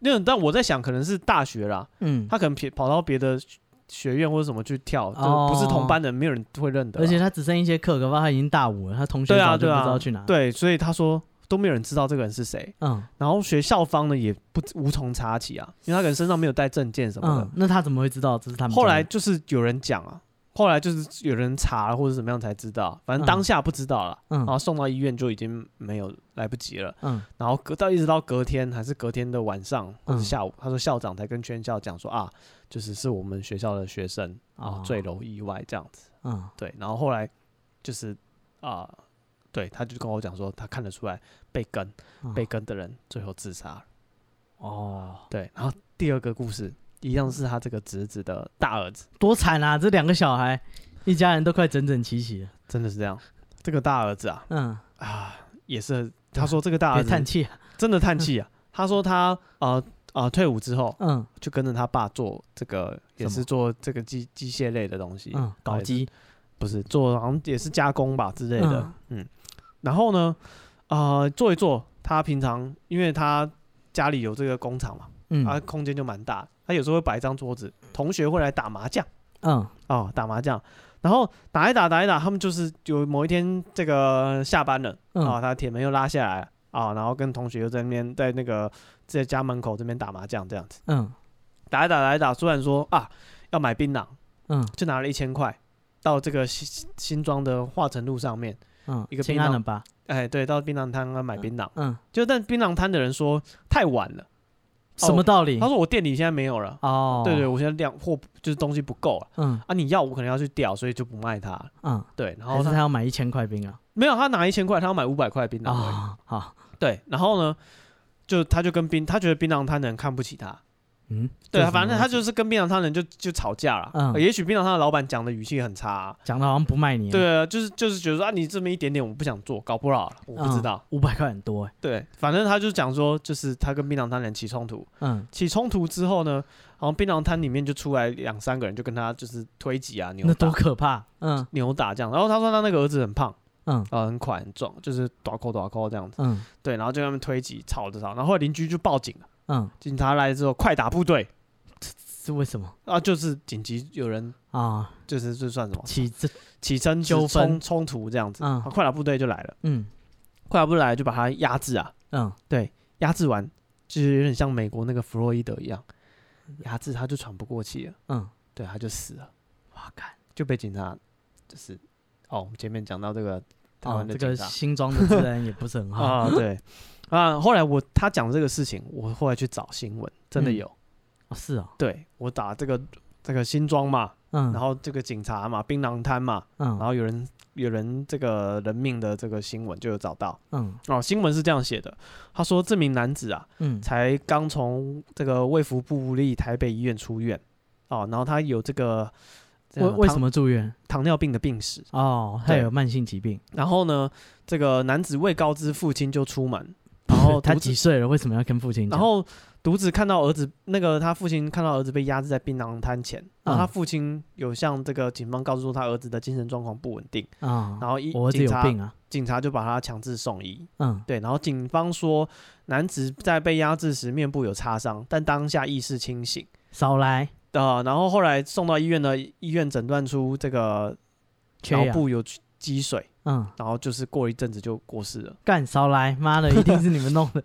Speaker 1: 那但我在想可能是大学啦，
Speaker 2: 嗯，
Speaker 1: 他可能别跑到别的学学院或者什么去跳，
Speaker 2: 哦
Speaker 1: 就不是同班的，没有人会认得啦。
Speaker 2: 而且他只剩一些课，可怕他已经大五了，他同学
Speaker 1: 对啊
Speaker 2: 早就
Speaker 1: 对
Speaker 2: 不
Speaker 1: 啊
Speaker 2: 知道去哪。，
Speaker 1: 对，所以他说都没有人知道这个人是谁。
Speaker 2: 嗯
Speaker 1: 然后学校方呢也不无从查
Speaker 2: 嗯
Speaker 1: 起啊，因为他可能身上没有带证件什么的。
Speaker 2: 嗯，那他怎么会知道这是他们家的？
Speaker 1: 后来就是有人讲啊，后来就是有人查了或者怎么样才知道，反正当下不知道了，
Speaker 2: 嗯
Speaker 1: 然后送到医院就已经没有来不及了。
Speaker 2: 嗯
Speaker 1: 然后隔到一直到隔天还是隔天的晚上或者
Speaker 2: 嗯
Speaker 1: 下午，他说校长才跟全校讲说啊，就是是我们学校的学生啊、
Speaker 2: 哦
Speaker 1: 坠楼意外这样子。
Speaker 2: 嗯
Speaker 1: 对，然后后来就是啊、对，他就跟我讲说他看得出来被跟
Speaker 2: 嗯
Speaker 1: 被跟的人最后自杀了。
Speaker 2: 哦，
Speaker 1: 对，然后第二个故事一样是他这个侄子的大儿子，
Speaker 2: 多惨啊！这两个小孩，一家人都快整整齐齐了。
Speaker 1: 真的是这样。这个大儿子啊
Speaker 2: 嗯，
Speaker 1: 啊，也是他说这个大儿
Speaker 2: 别
Speaker 1: 子
Speaker 2: 叹气啊。
Speaker 1: 真的叹气啊。他说他呃呃退伍之后
Speaker 2: 嗯
Speaker 1: 就跟着他爸做这个，也
Speaker 2: 什
Speaker 1: 是
Speaker 2: 么
Speaker 1: 做这个机机械类的东西，
Speaker 2: 嗯，搞基。
Speaker 1: 不是做好像也是加工吧之类的，嗯然后呢，呃，做一做，他平常因为他家里有这个工厂嘛，
Speaker 2: 嗯
Speaker 1: 他空间就蛮大，他有时候会摆一张桌子，同学会来打麻将。
Speaker 2: 嗯
Speaker 1: 哦，打麻将，然后打一打打一打，他们就是有某一天这个下班了啊、
Speaker 2: 嗯
Speaker 1: 哦他铁门又拉下来了啊、然后跟同学又在那边在那个在家门口这边打麻将这样子，
Speaker 2: 嗯
Speaker 1: 打一打打一打，突然说啊要买槟榔，
Speaker 2: 嗯
Speaker 1: 就拿了一千块到这个新新庄的化成路上面，
Speaker 2: 嗯，
Speaker 1: 一个
Speaker 2: 清
Speaker 1: 槟
Speaker 2: 安
Speaker 1: 榔
Speaker 2: 了吧？
Speaker 1: 哎，对，到槟榔摊啊买槟榔，
Speaker 2: 嗯，
Speaker 1: 就但槟榔摊的人说太晚了，
Speaker 2: 什么道理
Speaker 1: 他？说我店里现在没有了，
Speaker 2: 哦，
Speaker 1: 对对，，我现在量货就是东西不够了
Speaker 2: 嗯
Speaker 1: 啊，你要我可能要去调，所以就不卖它了，
Speaker 2: 嗯，
Speaker 1: 对，然
Speaker 2: 还
Speaker 1: 后
Speaker 2: 是
Speaker 1: 他
Speaker 2: 他要买一千块冰啊？
Speaker 1: 没有，他拿一千块，他要买五百块槟榔而已、
Speaker 2: 啊，好，
Speaker 1: 对，然后呢，就他就跟槟，他觉得槟榔摊的人看不起他。
Speaker 2: 嗯，
Speaker 1: 对啊，
Speaker 2: 这是什么
Speaker 1: 反正他
Speaker 2: 逻辑
Speaker 1: 就是跟槟榔摊的人就就吵架了。
Speaker 2: 嗯
Speaker 1: 呃也许槟榔摊的老板讲的语气很差啊、
Speaker 2: 讲的好像不卖你。，
Speaker 1: 对啊，就是就是觉得说啊，你这么一点点我不想做，搞不好了，我不知道。
Speaker 2: 五百块很多哎。
Speaker 1: 对，反正他就讲说，就是他跟槟榔摊的人起冲突，
Speaker 2: 嗯
Speaker 1: 起冲突之后呢，好像槟榔摊里面就出来两三个人，就跟他就是推挤啊、扭
Speaker 2: 那多
Speaker 1: 打、
Speaker 2: 可怕！嗯
Speaker 1: 扭打这样。然后他说他那个儿子很胖，
Speaker 2: 嗯
Speaker 1: 啊、很快很壮，就是短扣短扣这样子。
Speaker 2: 嗯
Speaker 1: 对，然后就在那边推挤，吵着吵，然后后来邻居就报警了，
Speaker 2: 嗯，
Speaker 1: 警察来之后，快打部队
Speaker 2: 是为什么
Speaker 1: 啊，就是紧急有人
Speaker 2: 啊？
Speaker 1: 就是这算什么
Speaker 2: 起这
Speaker 1: 起身
Speaker 2: 纠纷
Speaker 1: 冲冲突这样子，
Speaker 2: 嗯
Speaker 1: 啊，快打部队就来了，
Speaker 2: 嗯
Speaker 1: 快打部队来了就把他压制啊，
Speaker 2: 嗯
Speaker 1: 对，压制完就是有点像美国那个弗洛伊德一样，压制他就喘不过气了，
Speaker 2: 嗯，
Speaker 1: 对，他就死了，
Speaker 2: 哇，看
Speaker 1: 就被警察就是哦，我们前面讲到这个台
Speaker 2: 哦
Speaker 1: 湾，的
Speaker 2: 这
Speaker 1: 警
Speaker 2: 个
Speaker 1: 察
Speaker 2: 新装的自然也不是 很好。哦
Speaker 1: 啊，对啊，后来我他讲这个事情，我后来去找新闻，真的
Speaker 2: 嗯
Speaker 1: 有。啊
Speaker 2: 哦是哦，
Speaker 1: 对我打这个这个新庄嘛，
Speaker 2: 嗯，
Speaker 1: 然后这个警察嘛，槟榔摊嘛，
Speaker 2: 嗯，
Speaker 1: 然后有人有人这个人命的这个新闻就有找到
Speaker 2: 嗯
Speaker 1: 哦，新闻是这样写的，他说这名男子啊，
Speaker 2: 嗯
Speaker 1: 才刚从这个卫福部立台北医院出院哦，然后他有这个
Speaker 2: 为为什
Speaker 1: 糖
Speaker 2: 么住院？
Speaker 1: 糖尿病的病史，
Speaker 2: 哦，他
Speaker 1: 对
Speaker 2: 有慢性疾病。
Speaker 1: 然后呢，这个男子未告知父亲就出门，然 后
Speaker 2: 他
Speaker 1: 独自
Speaker 2: 几岁了？为什么要跟父亲讲？
Speaker 1: 然后独子看到儿子那个他父亲看到儿子被压制在槟榔摊前，然后
Speaker 2: 嗯
Speaker 1: 他父亲有向这个警方告诉说他儿子的精神状况不稳定，
Speaker 2: 啊，
Speaker 1: 然后一
Speaker 2: 我儿子
Speaker 1: 警
Speaker 2: 有
Speaker 1: 察
Speaker 2: 病啊。
Speaker 1: 警察就把他强制送医。
Speaker 2: 嗯
Speaker 1: 对，然后警方说男子在被压制时面部有擦伤，但当下意识清醒。
Speaker 2: 少来，
Speaker 1: 呃，然后后来送到医院呢，医院诊断出这个
Speaker 2: 缺
Speaker 1: 脑
Speaker 2: 氧。
Speaker 1: 部有积水，
Speaker 2: 嗯，
Speaker 1: 然后就是过一阵子就过世了。
Speaker 2: 干少来，妈 的，一定是你们弄的。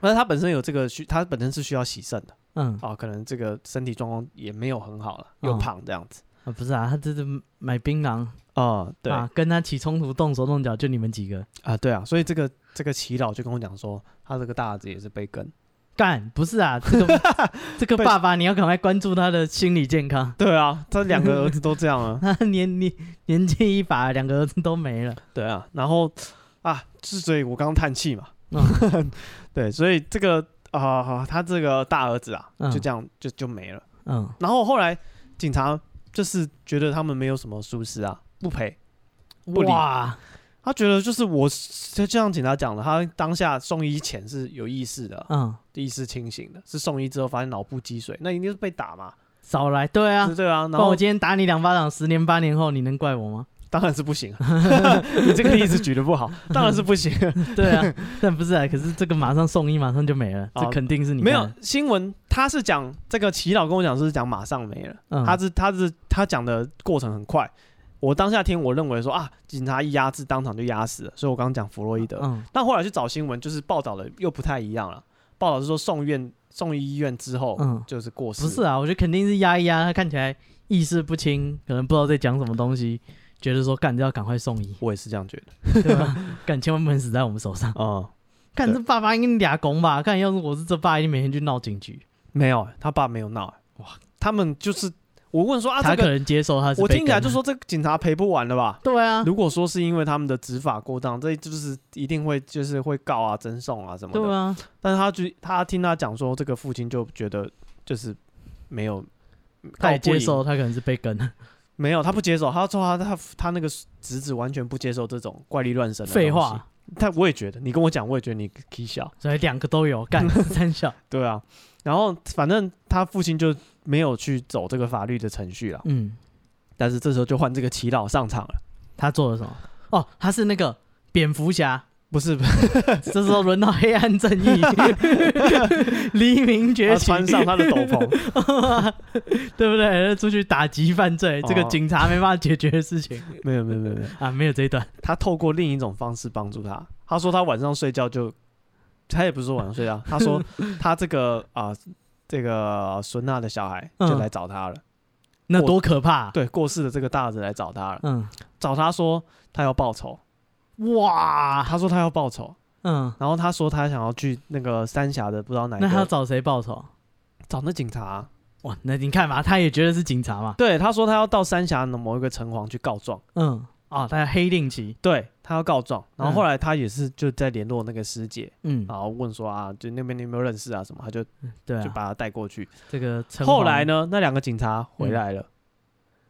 Speaker 1: 那他本身有这个需，他本身是需要洗肾的。
Speaker 2: 嗯，
Speaker 1: 啊，可能这个身体状况也没有很好了，又
Speaker 2: 嗯
Speaker 1: 胖这样子。
Speaker 2: 啊不是啊，他这是买槟榔
Speaker 1: 哦、对
Speaker 2: 啊
Speaker 1: 啊，
Speaker 2: 跟他起冲突，动手动脚，就你们几个
Speaker 1: 对啊，所以这个这个祈祷就跟我讲说，他这个大儿子也是被跟。
Speaker 2: 干，不 是啊，这个这个
Speaker 1: 被
Speaker 2: 爸爸你要赶快关注他的心理健康。。
Speaker 1: 对啊，他两个儿子都这样啊
Speaker 2: 他年年年纪一把，两个儿子都没了。
Speaker 1: 对啊，然后啊，之所以我刚刚叹气嘛，
Speaker 2: 嗯
Speaker 1: 对，所以这个啊、他这个大儿子啊，
Speaker 2: 嗯
Speaker 1: 就这样就就没了。
Speaker 2: 嗯，
Speaker 1: 然后后来警察就是觉得他们没有什么疏失啊，不赔。不理
Speaker 2: 哇，
Speaker 1: 他觉得就是我，就像警察讲的，他当下送医前是有意识的，
Speaker 2: 嗯，
Speaker 1: 意识清醒的，是送医之后发现脑部积水，那一定是被打嘛，
Speaker 2: 少来，对啊
Speaker 1: 是，对啊，
Speaker 2: 不
Speaker 1: 然
Speaker 2: 然
Speaker 1: 后
Speaker 2: 我今天打你两巴掌，十年八年后你能怪我吗？
Speaker 1: 当然是不行、啊， 你这个例子举的不好，当然是不行。
Speaker 2: 对啊，但不是啊，可是这个马上送医，马上就没了，
Speaker 1: 啊
Speaker 2: 这肯定是你
Speaker 1: 没
Speaker 2: 干
Speaker 1: 有
Speaker 2: 的，
Speaker 1: 新闻，他是讲这个祈祷跟我讲是讲马上没了，
Speaker 2: 嗯
Speaker 1: 他是他是他讲的过程很快，我当下听我认为说啊，警察一压制当场就压死了，所以我刚刚讲弗洛伊德，
Speaker 2: 嗯
Speaker 1: 但后来去找新闻就是报道的又不太一样了，报道是说送院送医院之后
Speaker 2: 嗯，
Speaker 1: 就是过世，
Speaker 2: 不是啊，我觉得肯定是压一压，他看起来意识不清，可能不知道在讲什么东西，觉得说干这要赶快送 医，
Speaker 1: 我也是这样觉得。
Speaker 2: 对吧？干千万不能死在我们手上。
Speaker 1: 嗯，
Speaker 2: 干
Speaker 1: 对
Speaker 2: 这爸爸应该俩拱吧？干要是我是这爸，一定每天去闹警局。
Speaker 1: 没有，他爸没有闹。哇，他们就是我问说啊，
Speaker 2: 他
Speaker 1: 这
Speaker 2: 可
Speaker 1: 个
Speaker 2: 能接受他是
Speaker 1: 我
Speaker 2: 被
Speaker 1: 听起来
Speaker 2: 跟
Speaker 1: 就说这个警察赔不完了吧？
Speaker 2: 对啊，
Speaker 1: 如果说是因为他们的执法过当，这就是一定会就是会告啊、争讼啊什么的。
Speaker 2: 对啊，
Speaker 1: 但是他就他听他讲说，这个父亲就觉得就是没有，
Speaker 2: 他也
Speaker 1: 告不
Speaker 2: 接
Speaker 1: 赢
Speaker 2: 受他可能是被跟。
Speaker 1: 没有，他不接受。他说他他他那个侄子完全不接受这种怪力乱神的。
Speaker 2: 废，话，
Speaker 1: 他我也觉得，你跟我讲，我也觉得你可笑。
Speaker 2: 所以两个都有 干三小。
Speaker 1: 对啊，然后反正他父亲就没有去走这个法律的程序了。
Speaker 2: 嗯，
Speaker 1: 但是这时候就换这个祈祷上场了，
Speaker 2: 他做了什么？哦，他是那个蝙蝠侠。
Speaker 1: 不 是
Speaker 2: 这时候轮到黑暗正 义，黎明崛
Speaker 1: 他
Speaker 2: 起，
Speaker 1: 啊穿上他的斗篷，
Speaker 2: 对不对？出去打击犯罪，这个
Speaker 1: 哦
Speaker 2: 警察没办法解决的 事情
Speaker 1: 没有没有没有没有，
Speaker 2: 啊，没有这一段。
Speaker 1: 他透过另一种方式帮助他。他说他晚上睡觉就，他也不是说晚上睡 觉，他说他这个啊、这个啊孙娜的小孩就
Speaker 2: 嗯
Speaker 1: 来找他了，
Speaker 2: 那
Speaker 1: 我
Speaker 2: 多可怕、啊
Speaker 1: 对过世的这个大儿子来找他了，
Speaker 2: 嗯，
Speaker 1: 找他说他要报仇，
Speaker 2: 哇，
Speaker 1: 他说他要报仇，
Speaker 2: 嗯，
Speaker 1: 然后他说他想要去那个三峡的不知道哪一
Speaker 2: 那他要
Speaker 1: 个
Speaker 2: 找谁报仇？
Speaker 1: 找那警察啊、
Speaker 2: 哇，那你看嘛，他也觉得是警察嘛，
Speaker 1: 对，他说他要到三峡的某一个城隍去告状，
Speaker 2: 嗯，哦，他要黑令旗，
Speaker 1: 对他要告状，然后
Speaker 2: 嗯
Speaker 1: 后来他也是就在联络那个师姐，
Speaker 2: 嗯，
Speaker 1: 然后问说啊，就那边你有没有认识啊什么，他就
Speaker 2: 对
Speaker 1: 就
Speaker 2: 啊，
Speaker 1: 把他带过去。
Speaker 2: 这个城
Speaker 1: 后来
Speaker 2: 隍？
Speaker 1: 呢，那两个警察回来
Speaker 2: 嗯
Speaker 1: 了，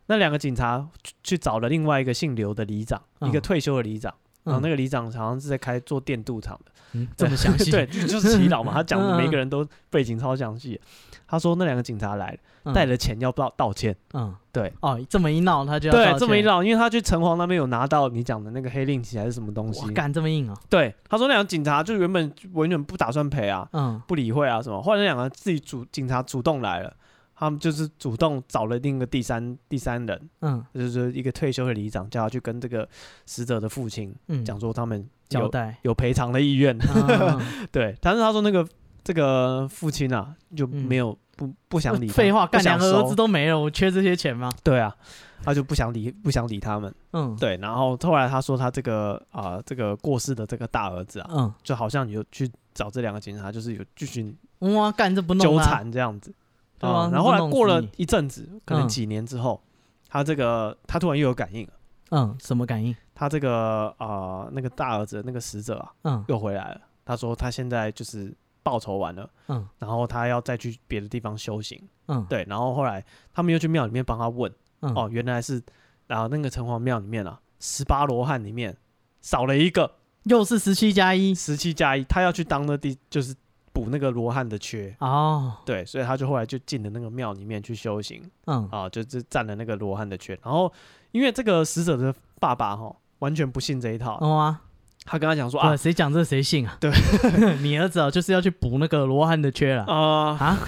Speaker 1: 那两个警察去去找了另外一个姓刘的里长，
Speaker 2: 嗯
Speaker 1: 一个退休的里长，然后
Speaker 2: 嗯
Speaker 1: 那个里长好像是在开做电镀厂的，
Speaker 2: 嗯这么详 细，
Speaker 1: 对，就就是祈祷嘛，他讲的
Speaker 2: 嗯
Speaker 1: 每一个人都背景超详细。他说那两个警察来了，
Speaker 2: 嗯
Speaker 1: 带了钱要道道歉。
Speaker 2: 嗯，
Speaker 1: 对
Speaker 2: 哦，这么一闹他就要道
Speaker 1: 对，
Speaker 2: 歉
Speaker 1: 这么一，闹，因为他去城隍那边有拿到你讲的那个黑令旗还是什么东西
Speaker 2: 哇，，干这么硬哦，
Speaker 1: 对，他说那两个警察就原本完全不打算赔啊，
Speaker 2: 嗯，
Speaker 1: 不理会啊什么，后来那两个自己主警察主动来了，他们就是主动找了另一个第三第三人，
Speaker 2: 嗯
Speaker 1: 就是一个退休的里长，叫他去跟这个死者的父亲
Speaker 2: 嗯，
Speaker 1: 讲说他们
Speaker 2: 交
Speaker 1: 有
Speaker 2: 代，
Speaker 1: 有赔偿的意愿，
Speaker 2: 嗯
Speaker 1: 对，但是他说那个这个父亲啊就没有、不不想理他，
Speaker 2: 嗯废话，
Speaker 1: 不
Speaker 2: 干
Speaker 1: 想
Speaker 2: 两个儿子
Speaker 1: 收，
Speaker 2: 都没了，我缺这些钱吗？
Speaker 1: 对啊，他就不想理不想理他们，
Speaker 2: 嗯，，
Speaker 1: 对，然后后来他说他这个啊、这个过世的这个大儿子啊，
Speaker 2: 嗯，
Speaker 1: 就好像有去找这两个警察，就是有继续
Speaker 2: 哇，干这不弄
Speaker 1: 纠
Speaker 2: 他，
Speaker 1: 缠这样子。
Speaker 2: 对啊
Speaker 1: 嗯
Speaker 2: 这
Speaker 1: 然后后来
Speaker 2: 弄死
Speaker 1: 过了
Speaker 2: 你
Speaker 1: 一阵子，可能
Speaker 2: 嗯
Speaker 1: 几年之后，他这个他突然又有感应了，
Speaker 2: 嗯，什么感应？
Speaker 1: 他这个啊、呃那个大儿子那个死者啊
Speaker 2: 嗯
Speaker 1: 又回来了，他说他现在就是报仇完了，
Speaker 2: 嗯
Speaker 1: 然后他要再去别的地方修行。
Speaker 2: 嗯，
Speaker 1: 对，然后后来他们又去庙里面帮他问，
Speaker 2: 嗯，
Speaker 1: 哦，原来是然后那个城隍庙里面啊，十八罗汉里面少了一个
Speaker 2: 又是十七加一，
Speaker 1: 十七加一，他要去当那第就是补那个罗汉的缺。
Speaker 2: 哦，
Speaker 1: 对，所以他就后来就进了那个庙里面去修行
Speaker 2: 嗯
Speaker 1: 啊，就是占了那个罗汉的圈。然后因为这个死者的爸爸哈，完全不信这一套，
Speaker 2: 嗯啊，
Speaker 1: 他跟他讲说
Speaker 2: 哇，
Speaker 1: 啊
Speaker 2: 谁讲这谁信啊？
Speaker 1: 对，
Speaker 2: 你儿子哦，就是要去补那个罗汉的缺了
Speaker 1: 啊、
Speaker 2: 啊！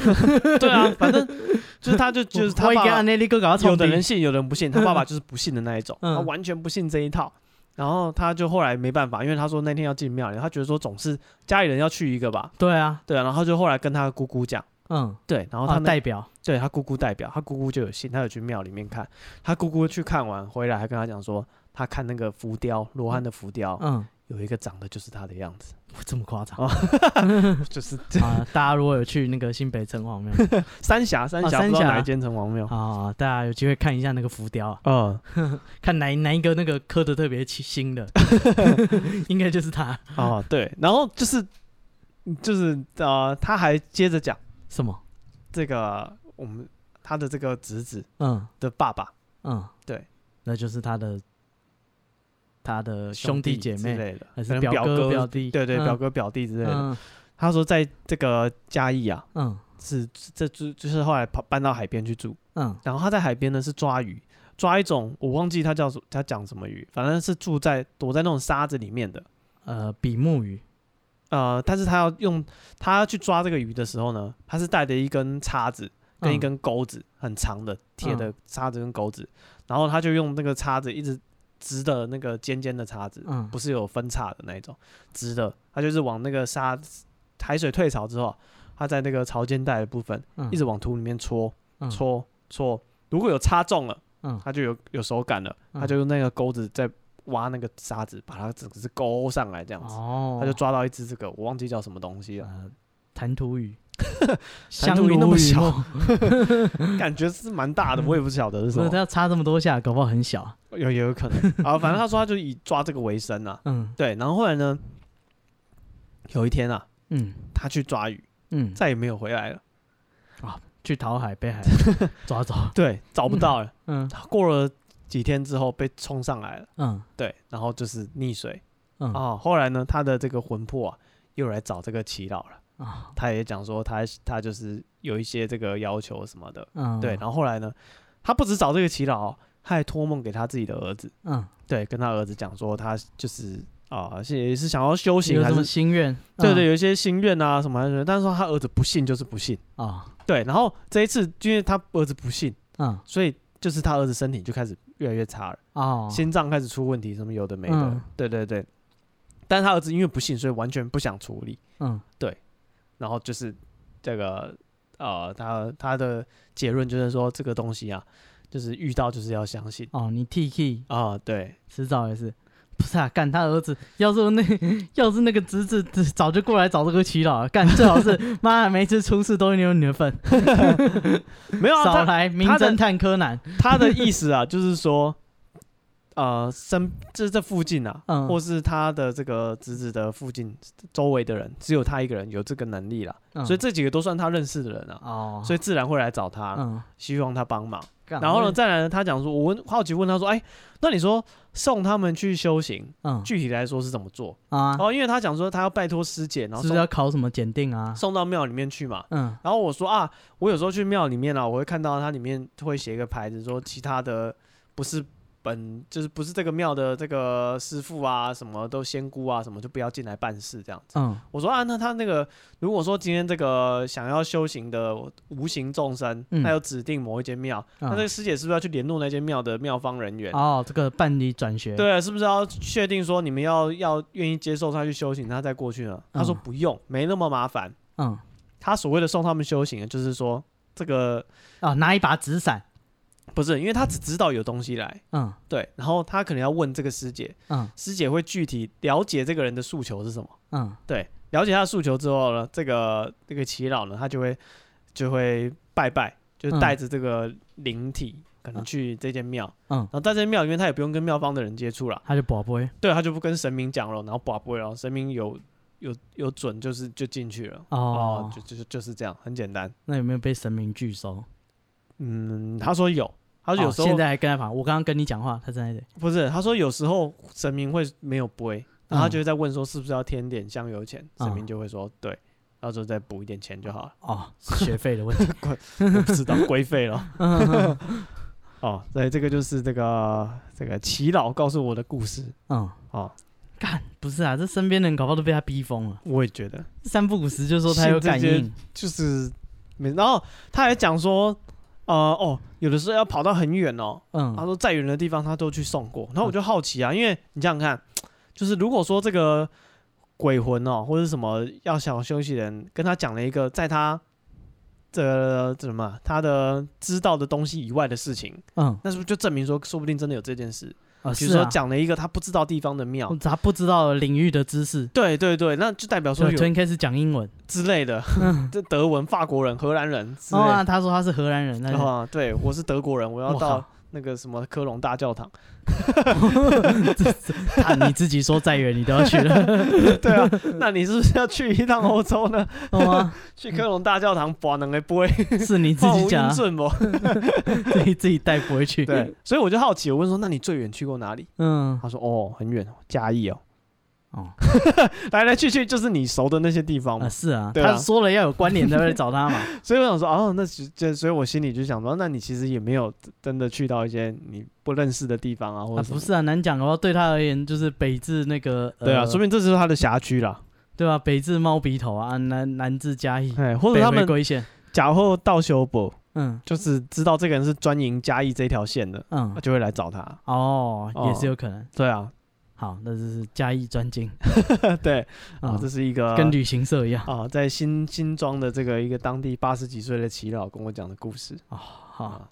Speaker 1: 对啊，反 正就是他就 就是他
Speaker 2: 会
Speaker 1: 爸
Speaker 2: 跟安
Speaker 1: 爸，
Speaker 2: 内利哥搞到
Speaker 1: 有
Speaker 2: 冲
Speaker 1: 的人
Speaker 2: 突。
Speaker 1: 信，有的人不信，他爸爸就是不信的那一 种，
Speaker 2: 嗯
Speaker 1: 他完全不信这一套。然后他就后来没办法，因为他说那天要进庙里，他觉得说总是家里人要去一个吧，
Speaker 2: 对啊，
Speaker 1: 对啊，然后他就后来跟他姑姑讲，
Speaker 2: 嗯，
Speaker 1: 对，然后哦
Speaker 2: 然
Speaker 1: 他
Speaker 2: 后
Speaker 1: 那
Speaker 2: 代表，
Speaker 1: 对他姑姑代表，他姑姑就有信，他有去庙里面看，他姑姑去看完回来还跟他讲说，他看那个浮雕，罗汉的浮雕、
Speaker 2: 嗯，
Speaker 1: 有一个长得就是他的样子，
Speaker 2: 哇这么夸张
Speaker 1: 哦就是
Speaker 2: 啊！大家如果有去那个新北城隍庙
Speaker 1: 三峡，三峡、
Speaker 2: 哦三
Speaker 1: 不知道
Speaker 2: 峡
Speaker 1: 哪一间城隍庙，
Speaker 2: 啊，大家有机会看一下那个浮雕啊，
Speaker 1: 嗯
Speaker 2: 看哪一哪一个那个刻的特别清新的， 应该就是他。
Speaker 1: 哦对，然后就是就是呃，他还接着讲
Speaker 2: 什么？
Speaker 1: 这个我们他的这个侄子
Speaker 2: 嗯
Speaker 1: 的爸爸
Speaker 2: 嗯，
Speaker 1: 对，
Speaker 2: 那就是他的他的兄
Speaker 1: 弟
Speaker 2: 弟姐
Speaker 1: 之
Speaker 2: 妹，
Speaker 1: 类的，
Speaker 2: 还
Speaker 1: 可
Speaker 2: 是
Speaker 1: 能
Speaker 2: 表
Speaker 1: 表
Speaker 2: 哥表弟？
Speaker 1: 对对，
Speaker 2: 嗯
Speaker 1: 表哥表弟之类的。
Speaker 2: 嗯
Speaker 1: 他说在这个嘉义啊，
Speaker 2: 嗯
Speaker 1: 是这就就是后来跑搬到海边去住。
Speaker 2: 嗯
Speaker 1: 然后他在海边呢是抓鱼，抓一种我忘记他叫什他讲什么鱼，反正是住在躲在那种沙子里面的。
Speaker 2: 呃，比目鱼，
Speaker 1: 呃，但是他要用他要去抓这个鱼的时候呢，他是带着一根叉子跟一
Speaker 2: 嗯
Speaker 1: 根钩子，很长的铁的叉子跟钩子，然后他就用那个叉子一直直的那个尖尖的叉子，
Speaker 2: 嗯
Speaker 1: 不是有分叉的那一种直的，他就是往那个沙海水退潮之后，他在那个潮间带的部分
Speaker 2: 嗯
Speaker 1: 一直往土里面戳
Speaker 2: 嗯
Speaker 1: 戳戳，如果有插中了，
Speaker 2: 嗯
Speaker 1: 它就有有手感了，它就用那个钩子在挖那个沙子，把它整个是勾上来这样子，
Speaker 2: 哦，
Speaker 1: 它就抓到一只这个我忘记叫什么东西 了，
Speaker 2: 呃弹涂鱼，
Speaker 1: 弹涂鱼那么小
Speaker 2: 香炉鱼
Speaker 1: 感觉是蛮大的，我也不晓得是什
Speaker 2: 哦，
Speaker 1: 么
Speaker 2: 不是，它要插这么多下，搞不好很小。
Speaker 1: 有也有可能 啊，反正他说他就以抓这个为生啊，
Speaker 2: 嗯
Speaker 1: 对，然后后来呢，有一天啊，
Speaker 2: 嗯
Speaker 1: 他去抓鱼，
Speaker 2: 嗯，
Speaker 1: 再也没有回来了，
Speaker 2: 去讨海、 北海抓走。
Speaker 1: 对，找不到了，
Speaker 2: 嗯
Speaker 1: 他过了几天之后被冲上来了，
Speaker 2: 嗯
Speaker 1: 对，然后就是溺水
Speaker 2: 嗯
Speaker 1: 啊，后来呢，他的这个魂魄啊，又来找这个祈老了。
Speaker 2: 啊
Speaker 1: 他也讲说他他就是有一些这个要求什么的，
Speaker 2: 嗯，
Speaker 1: 对。然后后来呢，他不止找这个祈老哦，他还托梦给他自己的儿子，
Speaker 2: 嗯，
Speaker 1: 对，跟他儿子讲说他就是啊，是、也是想要修行
Speaker 2: 有
Speaker 1: 还
Speaker 2: 什么
Speaker 1: 是
Speaker 2: 心愿？
Speaker 1: 对
Speaker 2: 嗯
Speaker 1: 对，有一些心愿啊什么的，但是说他儿子不信就是不信，
Speaker 2: 啊
Speaker 1: 对。然后这一次因为他儿子不信，
Speaker 2: 嗯
Speaker 1: 所以就是他儿子身体就开始越来越差了，
Speaker 2: 哦，
Speaker 1: 心脏开始出问题，什么有的没的，
Speaker 2: 嗯
Speaker 1: 对对对。但是他儿子因为不信，所以完全不想处理，
Speaker 2: 嗯
Speaker 1: 然后就是这个呃，他他的结论就是说这个东西啊，就是遇到就是要相信
Speaker 2: 哦，你 T K
Speaker 1: 啊、对，
Speaker 2: 迟早也是。不是啊，干他儿子，要是我那 要是那个侄子早就过来找这个祈老了，干最好是 妈每一次出事都有你的份，
Speaker 1: 没 有、啊、
Speaker 2: 少
Speaker 1: 他
Speaker 2: 来名
Speaker 1: 他的
Speaker 2: 侦探柯南，
Speaker 1: 他的意思啊， 就是说，呃，身这这附近啊，
Speaker 2: 嗯
Speaker 1: 或是他的这个侄子的附近周围的人，只有他一个人有这个能力啦，
Speaker 2: 嗯
Speaker 1: 所以这几个都算他认识的人啊，
Speaker 2: 哦，
Speaker 1: 所以自然会来找他，
Speaker 2: 嗯，
Speaker 1: 希望他帮忙。
Speaker 2: 干
Speaker 1: 然后
Speaker 2: 我
Speaker 1: 呢，再来呢，他讲说，我问好奇问他说，哎，那你说送他们去修行，
Speaker 2: 嗯
Speaker 1: 具体来说是怎么做？
Speaker 2: 啊，
Speaker 1: 哦，因为他讲说他要拜托师姐，然后
Speaker 2: 是不
Speaker 1: 送
Speaker 2: 是要考什么检定啊？
Speaker 1: 送到庙里面去嘛。
Speaker 2: 嗯
Speaker 1: 然后我说啊，我有时候去庙里面啊，我会看到它里面会写一个牌子，说其他的不是本就是不是这个庙的这个师傅啊，什么都仙姑啊，什么就不要进来办事这样子。
Speaker 2: 嗯
Speaker 1: 我说啊，那他那个如果说今天这个想要修行的无形众生，
Speaker 2: 嗯
Speaker 1: 他有指定某一间庙，那这
Speaker 2: 嗯
Speaker 1: 个，师姐是不是要去联络那间庙的庙方人员？
Speaker 2: 哦，这个办理转学，
Speaker 1: 对，啊是不是要确定说你们要要愿意接受他去修行，他再过去呢？他说
Speaker 2: 嗯
Speaker 1: 不用，没那么麻烦。
Speaker 2: 嗯
Speaker 1: 他所谓的送他们修行的，就是说这个
Speaker 2: 啊，拿一把纸伞，
Speaker 1: 不是，因为他只知道有东西来，
Speaker 2: 嗯
Speaker 1: 对，然后他可能要问这个师姐，
Speaker 2: 嗯
Speaker 1: 师姐会具体了解这个人的诉求是什么，
Speaker 2: 嗯
Speaker 1: 对，了解他的诉求之后呢，这个这个祈老呢，他就会就会拜拜，就是
Speaker 2: 嗯
Speaker 1: 带着这个灵体。可能去这间庙，
Speaker 2: 嗯
Speaker 1: 然后在这间庙里面，他也不用跟庙方的人接触了，
Speaker 2: 他就宝贝，
Speaker 1: 对他就不跟神明讲了，然后卜卜，然后神明有有有准就是就进去了，
Speaker 2: 哦
Speaker 1: 就就就就是这样，很简单。
Speaker 2: 那有没有被神明拒收？
Speaker 1: 嗯，他说有，他
Speaker 2: 他
Speaker 1: 说有时候、
Speaker 2: 哦现在还跟他反，我刚刚跟你讲话，他正在这，
Speaker 1: 不是，他说有时候神明会没有拨，然后他
Speaker 2: 嗯
Speaker 1: 就会在问说是不是要添点香油钱，神明
Speaker 2: 嗯。
Speaker 1: 就会说对，然后就再补一点钱就好了
Speaker 2: 哦，是学费的问题，
Speaker 1: 我不知道规费了。 哦，对，这个就是这个这个祈祷告诉我的故事
Speaker 2: 嗯，
Speaker 1: 哦，
Speaker 2: 干不是啊，这身边的人搞不好都被他逼疯了，
Speaker 1: 我也觉得
Speaker 2: 三不五时就说他有感
Speaker 1: 信这
Speaker 2: 应，
Speaker 1: 就是没，然后他还讲说。呃哦，有的时候要跑到很远哦，他
Speaker 2: 嗯
Speaker 1: 说再远的地方他都去送过。然后我就好奇啊，因为你想想看，就是如果说这个鬼魂哦，或者什么要想休息的人跟他讲了一个在他这这什么啊他的知道的东西以外的事情，
Speaker 2: 嗯，
Speaker 1: 那是不是就证明说，说不定真的有这件事？
Speaker 2: 啊
Speaker 1: 比
Speaker 2: 是
Speaker 1: 如说
Speaker 2: 啊，嗯
Speaker 1: 讲了一个他不知道地方的庙，
Speaker 2: 他不知道领域的知识，
Speaker 1: 对对对，那就代表
Speaker 2: 所
Speaker 1: 说
Speaker 2: 以昨
Speaker 1: 有
Speaker 2: 天开始讲英文，
Speaker 1: 之类的，这
Speaker 2: 嗯
Speaker 1: 德文、法国人、荷兰人之
Speaker 2: 哦
Speaker 1: 类
Speaker 2: 啊，
Speaker 1: 的。
Speaker 2: 他说他是荷兰人，那
Speaker 1: 然
Speaker 2: 就
Speaker 1: 后啊，对我是德国人，我要
Speaker 2: 我靠
Speaker 1: 到那个什么科隆大教堂。
Speaker 2: 他你自己说再远你都要去了，
Speaker 1: 对啊，
Speaker 2: 嗯
Speaker 1: 那你是不是要去一趟欧洲呢？
Speaker 2: 懂吗？
Speaker 1: 去科隆大教堂，把能的不会
Speaker 2: 是你嗯自己讲、啊，
Speaker 1: 顺不？
Speaker 2: 自己自己带不回去。
Speaker 1: 对，，所以我就好奇，我问说，那你最远去过哪里？
Speaker 2: 嗯，
Speaker 1: 他说，哦，很远，嘉义哦，
Speaker 2: 哦，
Speaker 1: 来来去去就是你熟的那些地方
Speaker 2: 啊
Speaker 1: 嘛。
Speaker 2: 是啊，
Speaker 1: 对啊
Speaker 2: 他说了要有关联才会来找他嘛。
Speaker 1: 所以我想说，哦，那其这，所以我心里就想说，那你其实也没有真的去到一些你不认识的地方啊，或
Speaker 2: 啊
Speaker 1: 者什么
Speaker 2: 不。是啊，难讲的话，对他而言就是北至那个，呃、
Speaker 1: 对啊，说明这就是他的辖区 啦。
Speaker 2: 对吧、北至猫鼻头啊，南南至嘉义，
Speaker 1: 哎，或者
Speaker 2: 北
Speaker 1: 他
Speaker 2: 回
Speaker 1: 们
Speaker 2: 归线，
Speaker 1: 假后到修补，
Speaker 2: 嗯
Speaker 1: 就是知道这个人是专营嘉义这条线的，
Speaker 2: 嗯
Speaker 1: 那，就会来找他。
Speaker 2: 哦，
Speaker 1: 啊哦
Speaker 2: 也是有可能。
Speaker 1: 对啊，
Speaker 2: 好，那就是嘉义专精
Speaker 1: 对
Speaker 2: 啊
Speaker 1: 啊，，这是一个
Speaker 2: 跟旅行社一样。
Speaker 1: 啊，在新新庄的这个一个当地八十几岁的耆老跟我讲的故事
Speaker 2: 哦，好，
Speaker 1: 啊，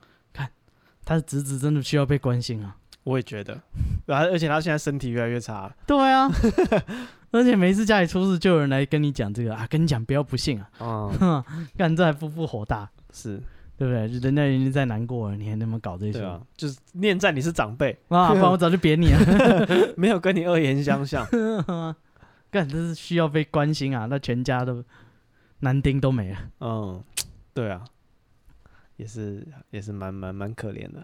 Speaker 2: 他的侄子真的需要被关心啊。
Speaker 1: 我也觉得，然后而且他现在身体越来越差了
Speaker 2: 对啊， 而且每一次家里出事，就有人来跟你讲这个啊，跟你讲不要不信啊，
Speaker 1: 嗯，
Speaker 2: 哼，干这还不复火大，
Speaker 1: 是
Speaker 2: 对不对？人家已经在难过了，你还那么搞这
Speaker 1: 对
Speaker 2: 些
Speaker 1: 啊，就是念在你是长辈，
Speaker 2: 啊， 不然 我早就扁你
Speaker 1: 没有跟你恶言相向，
Speaker 2: 了。干，这是需要被关心啊，那全家都男丁都没了。
Speaker 1: 嗯，对啊，也是也是蛮蛮蛮可怜的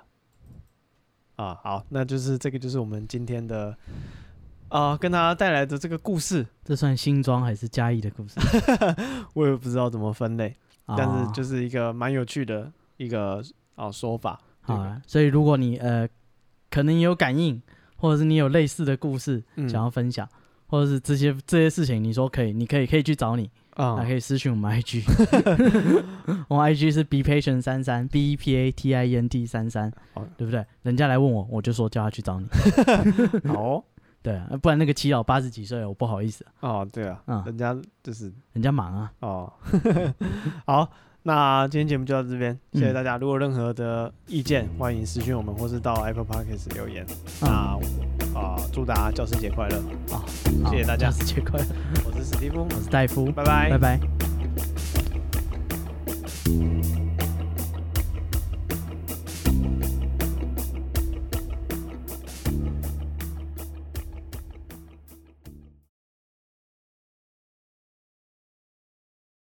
Speaker 1: 啊。好，那就是这个就是我们今天的啊、跟大家带来的这个故事，
Speaker 2: 这算新庄还是嘉义的故事？
Speaker 1: 我也不知道怎么分类， 但是
Speaker 2: 啊
Speaker 1: 就是一个蛮有趣的一个啊说法。
Speaker 2: 好
Speaker 1: 对
Speaker 2: 啊，所以如果你呃可能有感应，或者是你有类似的故事
Speaker 1: 嗯
Speaker 2: 想要分享，或者是这些这些事情，你说可以，你可以可以去找你，还
Speaker 1: 啊
Speaker 2: 可以私讯我们 IG，我们 IG 是 be patient 三三 b e p a t i e n t 三三
Speaker 1: 好，
Speaker 2: 对不对？人家来问我，我就说叫他 去找你，
Speaker 1: 好哦，
Speaker 2: 对啊，不然那个七老八十几岁了，我不好意思啊，
Speaker 1: 哦对啊，
Speaker 2: 嗯
Speaker 1: 人家就是
Speaker 2: 人家忙啊，
Speaker 1: 哦， 好，那今天节目就到这边，谢谢
Speaker 2: 嗯
Speaker 1: 大家。如果有任何的意见，欢迎私讯我们，或是到 Apple Podcast 留言。那
Speaker 2: 啊
Speaker 1: 啊、祝大家教师节快乐！
Speaker 2: 啊，
Speaker 1: 谢谢大家
Speaker 2: 十节快乐，
Speaker 1: 我是史蒂夫，
Speaker 2: 我是戴夫，
Speaker 1: 拜拜
Speaker 2: 拜。拜。